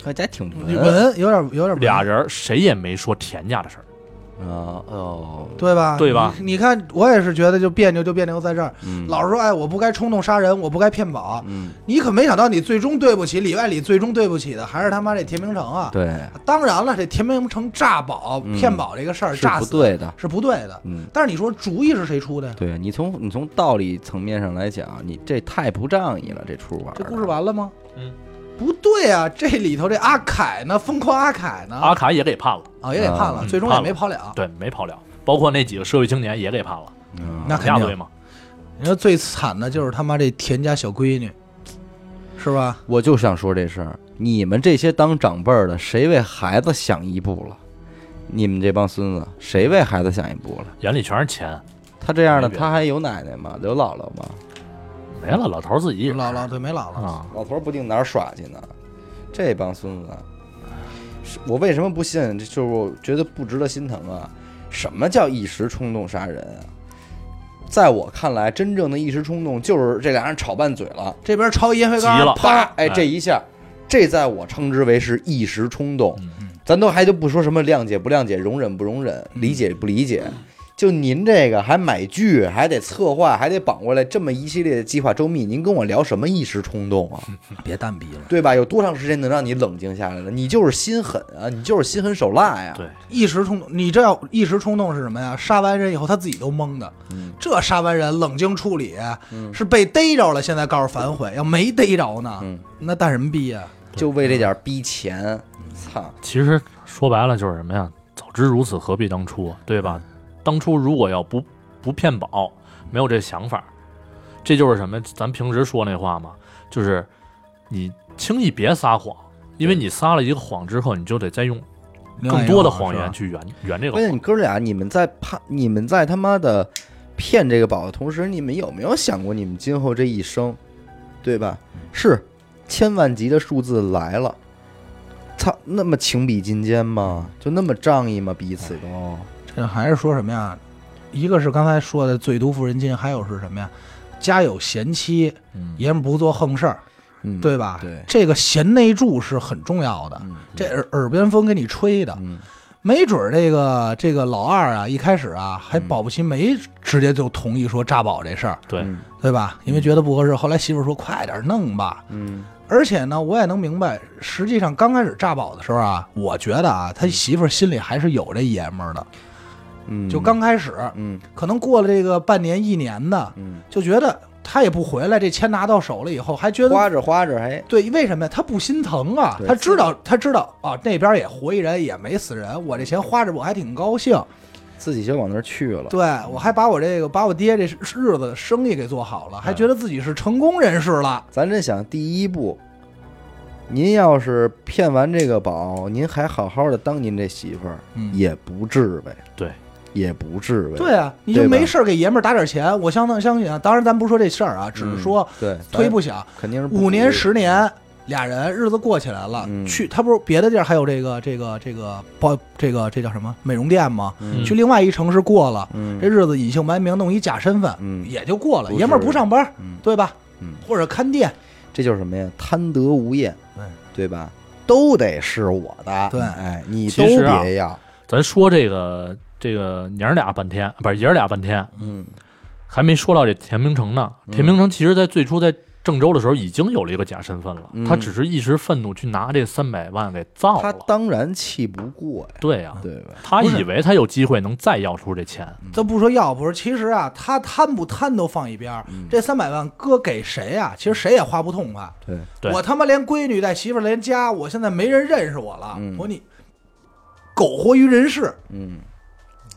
Speaker 2: 他家挺
Speaker 4: 你
Speaker 2: 文
Speaker 4: 闻有点有点闻
Speaker 1: 俩人谁也没说田家的事儿，
Speaker 2: 啊哦，
Speaker 4: 对吧？
Speaker 1: 对吧
Speaker 4: 你？你看我也是觉得就别扭就别扭在这儿，
Speaker 2: 嗯
Speaker 4: 老是说哎我不该冲动杀人，我不该骗保，
Speaker 2: 嗯
Speaker 4: 你可没想到你最终对不起里外里最终对不起的还是他妈这田明成啊！
Speaker 2: 对
Speaker 4: 当然了，这田明成诈保
Speaker 2: 嗯
Speaker 4: 骗保这个事儿
Speaker 2: 是
Speaker 4: 诈
Speaker 2: 不
Speaker 4: 死
Speaker 2: 对的。
Speaker 4: 是不对的，
Speaker 2: 嗯，
Speaker 4: 但是你说主意是谁出的呀？
Speaker 2: 对你从你从道理层面上来讲，你这太不仗义了，这出玩儿
Speaker 4: 这
Speaker 2: 的
Speaker 4: 故事完了吗？
Speaker 1: 嗯，
Speaker 4: 不对啊，这里头这阿凯呢，疯狂阿凯呢，
Speaker 1: 阿凯也给判了，
Speaker 4: 啊也给判了，
Speaker 1: 嗯
Speaker 4: 最终也没跑了。
Speaker 1: 对，没跑了。包括那几个社会青年也给判了，
Speaker 2: 嗯
Speaker 4: 那
Speaker 1: 一
Speaker 4: 肯
Speaker 1: 大堆
Speaker 4: 定，
Speaker 1: 嘛。
Speaker 4: 你说最惨的就是他妈这田家小闺女，是吧？
Speaker 2: 我就想说这事儿，你们这些当长辈儿的，谁为孩子想一步了？你们这帮孙子，谁为孩子想一步了？
Speaker 1: 眼里全是钱，
Speaker 2: 他这样的，
Speaker 1: 没别的
Speaker 2: 他还有奶奶吗？有姥姥吗？
Speaker 1: 没了。老头自己
Speaker 4: 姥姥对没姥姥，
Speaker 1: 啊，
Speaker 2: 老头儿不定哪儿耍去呢。这帮孙子，是我为什么不信？这就是我觉得不值得心疼啊！什么叫一时冲动杀人啊？在我看来，真正的一时冲动就是这俩人吵拌嘴了，
Speaker 4: 这边抄烟灰
Speaker 1: 急
Speaker 4: 缸
Speaker 1: 了，
Speaker 2: 啪
Speaker 1: 啪！
Speaker 2: 哎，
Speaker 1: 哎
Speaker 2: 这一下，这在我称之为是一时冲动。咱都还就不说什么谅解不谅解、容忍不容忍、理解不理解，就您这个还买剧，还得策划，还得绑过来，这么一系列的计划周密，您跟我聊什么一时冲动啊？
Speaker 4: 别蛋逼了，
Speaker 2: 对吧？有多长时间能让你冷静下来呢？你就是心狠啊，你就是心狠手辣呀。
Speaker 1: 对，
Speaker 4: 一时冲动，你这要一时冲动是什么呀？杀完人以后他自己都懵的，
Speaker 2: 嗯
Speaker 4: 这杀完人冷静处理、是被逮着了，现在告诉反悔，要没逮着呢，
Speaker 2: 嗯
Speaker 4: 那蛋什么逼呀、
Speaker 2: 就为这点逼钱，
Speaker 1: 嗯
Speaker 2: 操！
Speaker 1: 其实说白了就是什么呀？早知如此，何必当初，对吧？当初如果要不不骗保，没有这想法，这就是什么？咱平时说那话嘛，就是你轻易别撒谎，因为你撒了一个谎之后，你就得再用更多
Speaker 2: 啊
Speaker 1: 的谎言去圆圆这个
Speaker 2: 关键
Speaker 1: 谎
Speaker 2: 你。哥俩，你们在怕，你们在他妈的骗这个宝的同时，你们有没有想过你们今后这一生，对吧？是千万级的数字来了，操，那么情比金坚吗？就那么仗义吗？彼此都，
Speaker 4: 这还是说什么呀？一个是刚才说的最毒妇人心，还有是什么呀？家有贤妻，
Speaker 1: 嗯，
Speaker 4: 爷们不做横事儿，
Speaker 2: 嗯，
Speaker 4: 对吧？
Speaker 2: 对
Speaker 4: 这个贤内助是很重要的。
Speaker 2: 嗯，
Speaker 4: 这耳耳边风给你吹的，
Speaker 2: 嗯
Speaker 4: 没准儿这个这个老二啊，一开始啊还
Speaker 2: 嗯
Speaker 4: 保不齐没直接就同意说诈保这事儿，
Speaker 1: 对，
Speaker 2: 嗯
Speaker 4: 对吧？因为觉得不合适，后来媳妇儿说快点弄吧，
Speaker 2: 嗯
Speaker 4: 而且呢，我也能明白，实际上刚开始炸宝的时候啊，我觉得啊，他媳妇儿心里还是有这爷们儿的。
Speaker 2: 嗯，
Speaker 4: 就刚开始，
Speaker 2: 嗯
Speaker 4: 可能过了这个半年一年的，
Speaker 2: 嗯，
Speaker 4: 就觉得他也不回来，这签拿到手了以后，还觉得
Speaker 2: 嗯花着花着哎还
Speaker 4: 对，为什么呀？他不心疼啊，
Speaker 2: 对
Speaker 4: 他知道他知道啊，那边也活一人，也没死人，我这钱花着我还挺高兴，
Speaker 2: 自己就往那儿去了。
Speaker 4: 对我还把我这个把我爹这日子生意给做好了，还
Speaker 2: 嗯
Speaker 4: 觉得自己是成功人士了。
Speaker 2: 咱真想第一步，您要是骗完这个宝，您还好好的当您这媳妇儿，
Speaker 4: 嗯
Speaker 2: 也不至呗。
Speaker 1: 对，
Speaker 2: 也不至呗。
Speaker 4: 对啊，你就
Speaker 2: 对吧
Speaker 4: 没事儿给爷们儿打点钱，我相当相信啊。当然，咱不说这事儿啊，只是说
Speaker 2: 对，咱
Speaker 4: 推不响，
Speaker 2: 肯嗯哎定是不
Speaker 4: 五年
Speaker 2: 鼓励
Speaker 4: 十年，俩人日子过起来了，
Speaker 2: 嗯
Speaker 4: 去他不是别的地儿还有这个这个这个包这个这叫什么美容店吗？
Speaker 2: 嗯
Speaker 4: 去另外一城市过了，
Speaker 2: 嗯
Speaker 4: 这日子隐姓埋名弄一假身份，
Speaker 2: 嗯
Speaker 4: 也就过了。
Speaker 2: 不是
Speaker 4: 爷们儿不上班，
Speaker 2: 嗯，
Speaker 4: 对吧？
Speaker 2: 嗯
Speaker 4: 或者看店，
Speaker 2: 这就是什么呀？贪得无厌，
Speaker 4: 对
Speaker 2: 对吧？都得是我的，
Speaker 4: 对
Speaker 2: 哎，你都
Speaker 1: 其实啊
Speaker 2: 别要，
Speaker 1: 咱说这个这个娘儿俩半天，不是爷儿俩半天，
Speaker 2: 嗯，
Speaker 1: 还没说到这田明成呢。田明成其实在最初在郑州的时候已经有了一个假身份了，
Speaker 2: 嗯
Speaker 1: 他只是一时愤怒去拿这三百万给造
Speaker 2: 他
Speaker 1: 了。
Speaker 2: 当然气不过呀，
Speaker 1: 对呀、啊
Speaker 4: 嗯
Speaker 2: 对嗯吧？
Speaker 1: 他以为他有机会能再要出这钱，
Speaker 4: 咱不说要不是，其实啊，他贪不贪都放一边儿，
Speaker 2: 嗯
Speaker 4: 这三百万搁给谁啊？其实谁也花不痛快。
Speaker 2: 对，
Speaker 1: 对
Speaker 4: 我他妈连闺女带媳妇儿连家，我现在没人认识我了。
Speaker 2: 嗯
Speaker 4: 我说你苟活于人世，
Speaker 2: 嗯，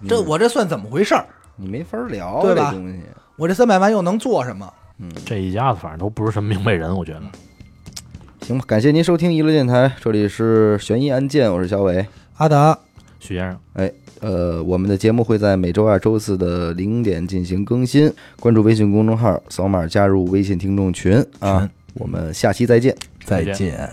Speaker 4: 这
Speaker 2: 嗯
Speaker 4: 我这算怎么回事儿？
Speaker 2: 你没法聊
Speaker 4: 对
Speaker 2: 这
Speaker 4: 吧
Speaker 2: 东西，
Speaker 4: 我这三百万又能做什么？
Speaker 1: 这一家子反正都不是什么明白人，我觉
Speaker 2: 嗯
Speaker 1: 得。
Speaker 2: 行吧？感谢您收听娱乐电台，这里是悬疑案件，我是小伟。
Speaker 4: 阿达，
Speaker 1: 许先生，
Speaker 2: 呃，我们的节目会在每周二、周四的零点进行更新，关注微信公众号，扫码加入微信听众群啊。我们下期再见。
Speaker 1: 再见
Speaker 4: 见。